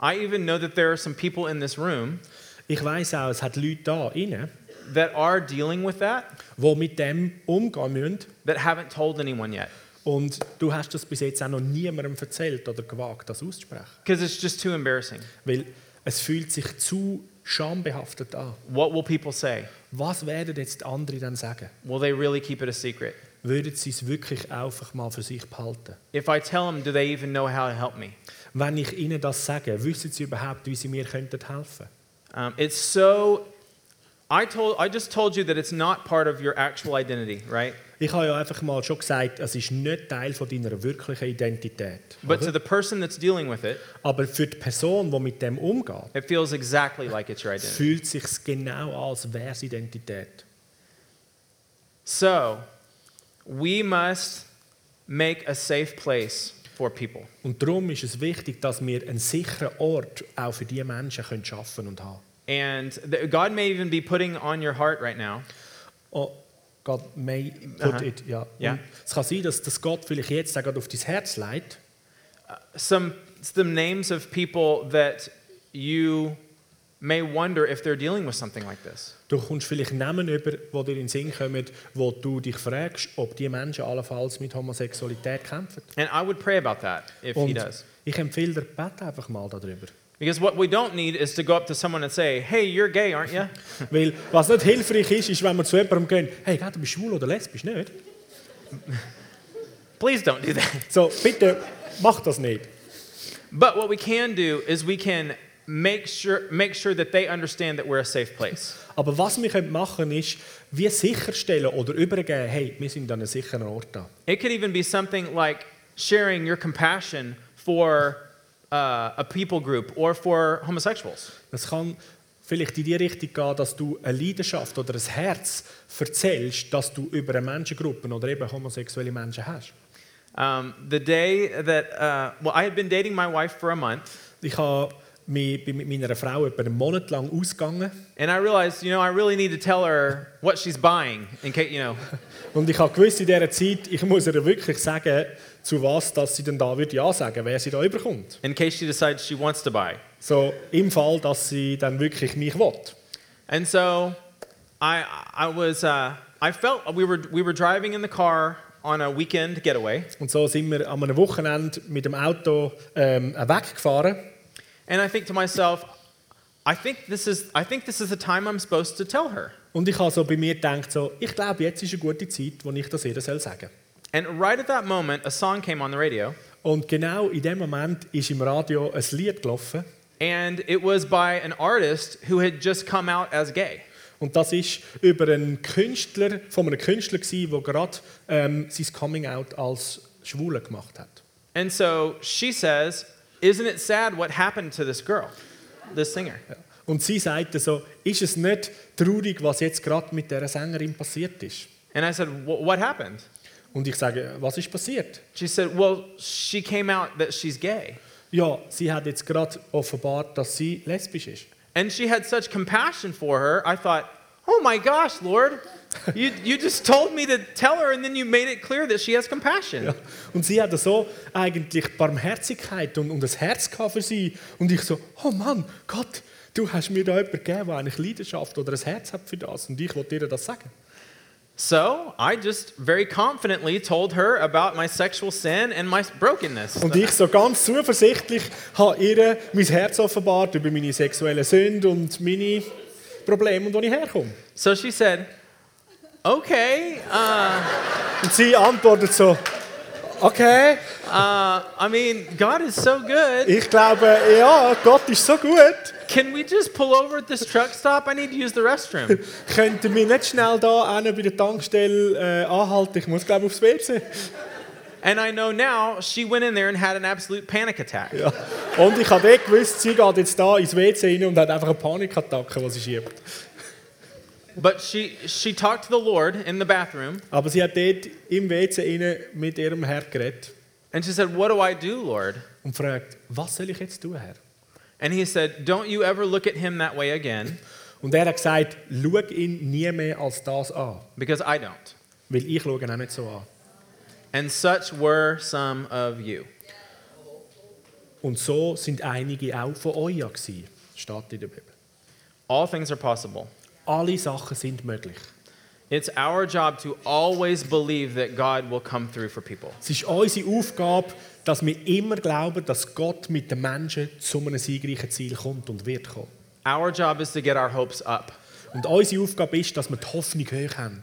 [SPEAKER 2] I even know that there are some people in this room
[SPEAKER 1] Ich weiß auch, es hat Leute da inne,
[SPEAKER 2] that are dealing with that
[SPEAKER 1] die mit dem umgehen müssen.
[SPEAKER 2] that haven't told anyone yet
[SPEAKER 1] Und du hast das bis jetzt auch noch niemandem erzählt oder gewagt, das auszusprechen.
[SPEAKER 2] because it's just too embarrassing.
[SPEAKER 1] Weil es fühlt sich zu schambehaftet an.
[SPEAKER 2] What will people say?
[SPEAKER 1] Was werden jetzt andere dann sagen?
[SPEAKER 2] Will they really keep it a secret?
[SPEAKER 1] Würden sie es wirklich einfach mal für sich behalten?
[SPEAKER 2] If I tell them, do they even know how to help me?
[SPEAKER 1] Wenn ich ihnen das sage, wissen sie überhaupt, wie sie mir könnten helfen
[SPEAKER 2] Um, it's so. I told. I just told you that it's not part of your actual identity, right?
[SPEAKER 1] Ich habe ja einfach mal schon gesagt, es ist nicht Teil von deiner wirklichen Identität.
[SPEAKER 2] But to
[SPEAKER 1] oder?
[SPEAKER 2] the person that's dealing with it,
[SPEAKER 1] Aber für die Person, die mit dem umgeht,
[SPEAKER 2] it feels exactly like it's your identity.
[SPEAKER 1] fühlt sich genau an, als wäre es Identität.
[SPEAKER 2] So, we must make a safe place for people.
[SPEAKER 1] Und darum ist es wichtig, dass wir einen sicheren Ort auch für diese Menschen können schaffen und haben.
[SPEAKER 2] And th- God may even be putting on your heart right now
[SPEAKER 1] Oh, Gott, may put
[SPEAKER 2] Aha.
[SPEAKER 1] it, ja.
[SPEAKER 2] Ja.
[SPEAKER 1] Und Es kann sein, dass das Gott vielleicht jetzt auch gerade auf dein Herz leitet.
[SPEAKER 2] some some names of people that you may wonder if they're dealing with something like this.
[SPEAKER 1] Du kommst vielleicht Namen über, die dir in den Sinn kommen, wo du dich fragst, ob die Menschen allenfalls mit Homosexualität kämpfen.
[SPEAKER 2] And I would pray about that if he
[SPEAKER 1] Und
[SPEAKER 2] does.
[SPEAKER 1] ich empfehle dir, bete einfach mal darüber.
[SPEAKER 2] Because what we don't need is to go up to someone and say, hey, you're gay, aren't you?
[SPEAKER 1] Weil was nicht hilfreich ist, ist, wenn wir zu jemandem gehen, hey, gell, du bist schwul oder lesbisch, nicht?
[SPEAKER 2] Please don't do that.
[SPEAKER 1] So, bitte, mach das nicht.
[SPEAKER 2] But what we can do is we can make sure, make sure that they understand that we're a safe place.
[SPEAKER 1] Aber was wir können machen ist, wie sicherstellen oder übergeben, hey, wir sind an einem sicheren Ort da.
[SPEAKER 2] It could even be something like sharing your compassion for uh, a people group or for homosexuals.
[SPEAKER 1] Das kann vielleicht in die Richtung gehen, dass du eine Leidenschaft oder ein Herz erzählst, dass du über eine Menschengruppe oder eben homosexuelle Menschen hast.
[SPEAKER 2] Um, the day that, uh, well, I had been dating my wife for a month,
[SPEAKER 1] Ich habe mich bin mit meiner Frau etwa einen Monat lang ausgegangen
[SPEAKER 2] and I realized, you know, I really need to tell her what she's buying in case, you know.
[SPEAKER 1] und ich habe gewusst in dieser Zeit, ich muss ihr wirklich sagen, zu was dass sie denn da würde ja sagen, wer sie da überkommt.
[SPEAKER 2] in case she decides she wants to buy.
[SPEAKER 1] So im Fall, dass sie dann wirklich mich will.
[SPEAKER 2] And so I, I was, uh, I felt we were, we were driving in the car on a weekend getaway,
[SPEAKER 1] Und so sind wir an einem Wochenende mit dem Auto ähm, weggefahren.
[SPEAKER 2] and I think to myself, I think this is, I think this is the time I'm supposed to tell her.
[SPEAKER 1] Und ich habe so bei mir gedacht, so, ich glaube, jetzt ist eine gute Zeit, wo ich das ihr sagen soll.
[SPEAKER 2] And right at that moment, a song came on the radio,
[SPEAKER 1] Und genau in dem Moment ist im Radio ein Lied gelaufen.
[SPEAKER 2] and it was by an artist who had just come out as gay.
[SPEAKER 1] Und das ist über einen Künstler, von einem Künstler gsi, der gerade ähm, sein Coming Out als Schwule gemacht hat.
[SPEAKER 2] And so she says, Isn't it sad what happened to this girl, this singer?
[SPEAKER 1] Und sie sagte so, ist es nicht traurig, was jetzt gerade mit dieser Sängerin passiert ist?
[SPEAKER 2] And I said, "Wh- What happened?
[SPEAKER 1] Und ich sage, was ist passiert?
[SPEAKER 2] She said, Well, she came out that she's gay.
[SPEAKER 1] Ja, sie hat jetzt gerade offenbart, dass sie lesbisch ist.
[SPEAKER 2] And she had such compassion for her, I thought, Oh my gosh, Lord, you, you just told me to tell her, and then you made it clear that she has compassion.
[SPEAKER 1] Ja. Und sie hatte so eigentlich die Barmherzigkeit und, und das Herz gehabt für sie. Und ich so, oh Mann, Gott, du hast mir da jemanden gegeben, der eigentlich Leidenschaft oder ein Herz hat für das. Und ich wollte dir das sagen.
[SPEAKER 2] So I just very confidently told her about my sexual sin and my brokenness.
[SPEAKER 1] Und ich so ganz zuversichtlich habe ihr mein Herz offenbart über meine sexuellen Sünden und meine Probleme und wo ich herkomme.
[SPEAKER 2] So she said, Okay, uh,
[SPEAKER 1] Und sie antwortet so, okay,
[SPEAKER 2] uh, I mean, God is so good.
[SPEAKER 1] ich glaube, ja, Gott ist so gut.
[SPEAKER 2] Can we just pull over at this truck stop? I need to use the restroom.
[SPEAKER 1] Könnt ihr mich nicht schnell da hinten bei der Tankstelle äh, anhalten? Ich muss, glaube ich, aufs WC.
[SPEAKER 2] And I know now she went in there and had an absolute panic attack.
[SPEAKER 1] Ja. Und ich habe dort gewusst, sie geht jetzt da ins WC rein und hat einfach eine Panikattacke, die sie schiebt.
[SPEAKER 2] But she she talked to the Lord in the bathroom
[SPEAKER 1] Aber sie hat dort im WC rein mit ihrem Herr geredet
[SPEAKER 2] and she said, "What do I do, Lord?"
[SPEAKER 1] und fragt, was soll ich jetzt tun, Herr?
[SPEAKER 2] And he said, "Don't you ever look at him that way again
[SPEAKER 1] Und er hat gesagt, schau ihn nie mehr als das an,
[SPEAKER 2] because I don't."
[SPEAKER 1] weil ich schaue ihn auch nicht so an.
[SPEAKER 2] And such were some of you.
[SPEAKER 1] Und so sind einige auch von euch ja gewesen, steht in der Bibel.
[SPEAKER 2] All things are possible.
[SPEAKER 1] Alle Sachen sind möglich.
[SPEAKER 2] It's our job to always believe that God will come through for people.
[SPEAKER 1] Es ist unsere Aufgabe, dass wir immer glauben, dass Gott mit den Menschen zu einem siegreichen Ziel kommt und wird kommen.
[SPEAKER 2] Our job is to get our hopes up,
[SPEAKER 1] Und unsere Aufgabe ist, dass wir die Hoffnung hoch haben.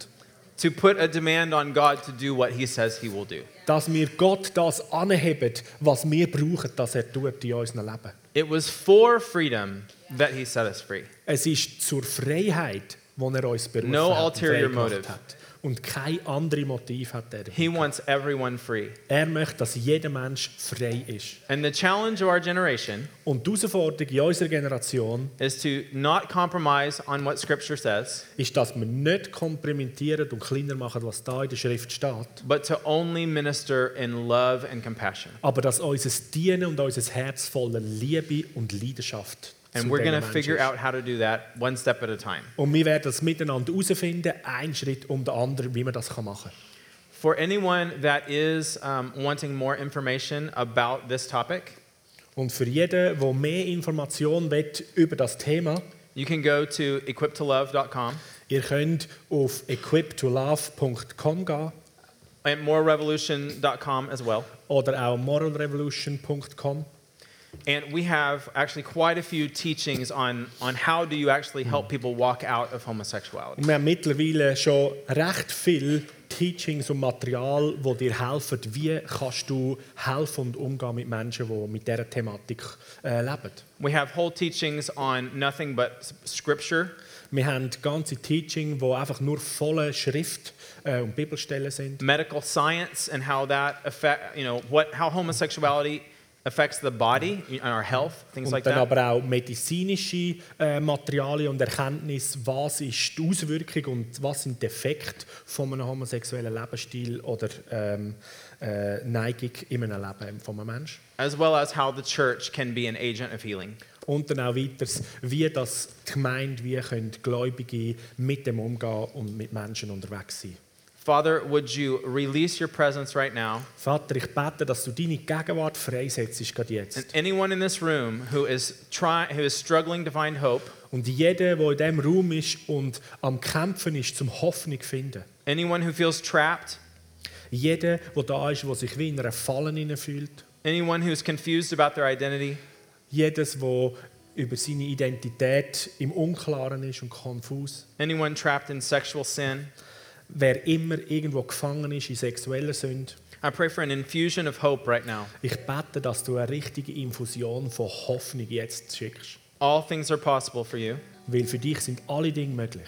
[SPEAKER 2] to put a demand on God to do what he says he will do.
[SPEAKER 1] Dass wir Gott das anheben, was wir brauchen, dass er tut in unserem Leben.
[SPEAKER 2] It was for freedom that he set us free.
[SPEAKER 1] Es ist zur Freiheit, die er uns berufen
[SPEAKER 2] No
[SPEAKER 1] hat, und
[SPEAKER 2] ulterior
[SPEAKER 1] frei gemacht
[SPEAKER 2] motive.
[SPEAKER 1] hat. Und kein anderes Motiv hat er.
[SPEAKER 2] He wants everyone free.
[SPEAKER 1] Er möchte, dass jeder Mensch frei ist.
[SPEAKER 2] And the challenge of our generation
[SPEAKER 1] Und die Herausforderung in unserer Generation
[SPEAKER 2] is to not compromise on what Scripture says,
[SPEAKER 1] ist, dass wir nicht komprimentieren und kleiner machen, was da in der Schrift steht,
[SPEAKER 2] but to only minister in love and compassion.
[SPEAKER 1] aber dass unser Dienen und unser Herz voller Liebe und Leidenschaft zu
[SPEAKER 2] And we're
[SPEAKER 1] diesen
[SPEAKER 2] going to
[SPEAKER 1] Menschen
[SPEAKER 2] figure
[SPEAKER 1] ist.
[SPEAKER 2] out how to do that one step at a time.
[SPEAKER 1] Und wir werden das miteinander herausfinden, einen Schritt um den anderen, wie man das machen kann.
[SPEAKER 2] For anyone that is um, wanting more information about this topic,
[SPEAKER 1] Und für jeden, der mehr Informationen will über das Thema
[SPEAKER 2] you can go to equiptolove.com
[SPEAKER 1] ihr könnt auf equiptolove.com gehen
[SPEAKER 2] and morerevolution.com as well.
[SPEAKER 1] oder auch moralrevolution.com.
[SPEAKER 2] And we have actually quite a few teachings on, on how do you actually help people walk out of homosexuality.
[SPEAKER 1] Und wir haben mittlerweile schon recht viel Teachings und Material, wo dir helfen, wie kannst du helfen und umgehen mit Menschen, die mit dieser Thematik äh, leben.
[SPEAKER 2] We have whole teachings on nothing but s- scripture.
[SPEAKER 1] Wir haben ganze Teaching, wo einfach nur volle Schrift äh, und Bibelstellen sind.
[SPEAKER 2] medical science and how that affect you know what how homosexuality affects the body and our health, things
[SPEAKER 1] Und
[SPEAKER 2] like
[SPEAKER 1] dann
[SPEAKER 2] that.
[SPEAKER 1] aber auch medizinische äh, Materialien und Erkenntnis, was ist die Auswirkung und was sind die Effekte von einem homosexuellen Lebensstil oder ähm, äh, Neigung in einem Leben von einem Menschen.
[SPEAKER 2] as well as how the church can be an agent of healing.
[SPEAKER 1] Und dann auch weiters, wie das die Gemeinde, wie können Gläubige mit dem umgehen und mit Menschen unterwegs sein.
[SPEAKER 2] Father, would you release your presence right now?
[SPEAKER 1] Vater, ich bete, dass du deine Gegenwart freisetzt, gerade
[SPEAKER 2] And
[SPEAKER 1] jetzt.
[SPEAKER 2] anyone in this room who is trying, who is struggling to find hope,
[SPEAKER 1] Und jeder, der in diesem Raum ist und am Kämpfen ist, zum Hoffnung finden.
[SPEAKER 2] anyone who feels trapped,
[SPEAKER 1] Jeder, der da ist, der sich wie in einer Falle hineinfühlt.
[SPEAKER 2] anyone who's confused about their identity,
[SPEAKER 1] Jedes, der über seine Identität im Unklaren ist und konfus.
[SPEAKER 2] anyone trapped in sexual sin,
[SPEAKER 1] Wer immer irgendwo gefangen ist in sexueller Sünde.
[SPEAKER 2] I pray for an infusion of hope right now.
[SPEAKER 1] Ich bete, dass du eine richtige Infusion von Hoffnung jetzt schickst.
[SPEAKER 2] All things are possible for you.
[SPEAKER 1] Weil für dich sind alle Dinge möglich.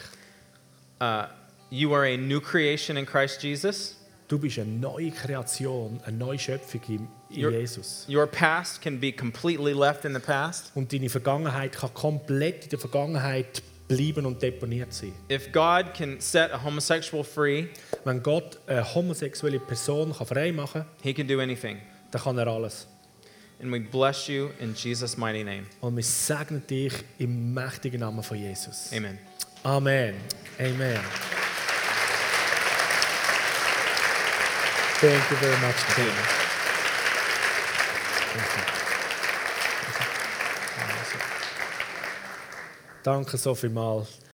[SPEAKER 2] Uh, you are a new creation in Christ Jesus.
[SPEAKER 1] Du bist eine neue Kreation, eine neue Schöpfung in in
[SPEAKER 2] You're-
[SPEAKER 1] Jesus.
[SPEAKER 2] Your past can be completely left in the past.
[SPEAKER 1] Und deine Vergangenheit kann komplett in der Vergangenheit bleiben und deponiert sein.
[SPEAKER 2] If God can set a homosexual free,
[SPEAKER 1] Wenn Gott eine homosexuelle Person kann frei machen
[SPEAKER 2] he can do anything.
[SPEAKER 1] kann, dann kann er alles.
[SPEAKER 2] And we bless you in Jesus' mighty name.
[SPEAKER 1] Und wir segnen dich im mächtigen Namen von Jesus.
[SPEAKER 2] Amen.
[SPEAKER 1] Amen. Amen. Thank you very much. Tim. Danke so vielmals.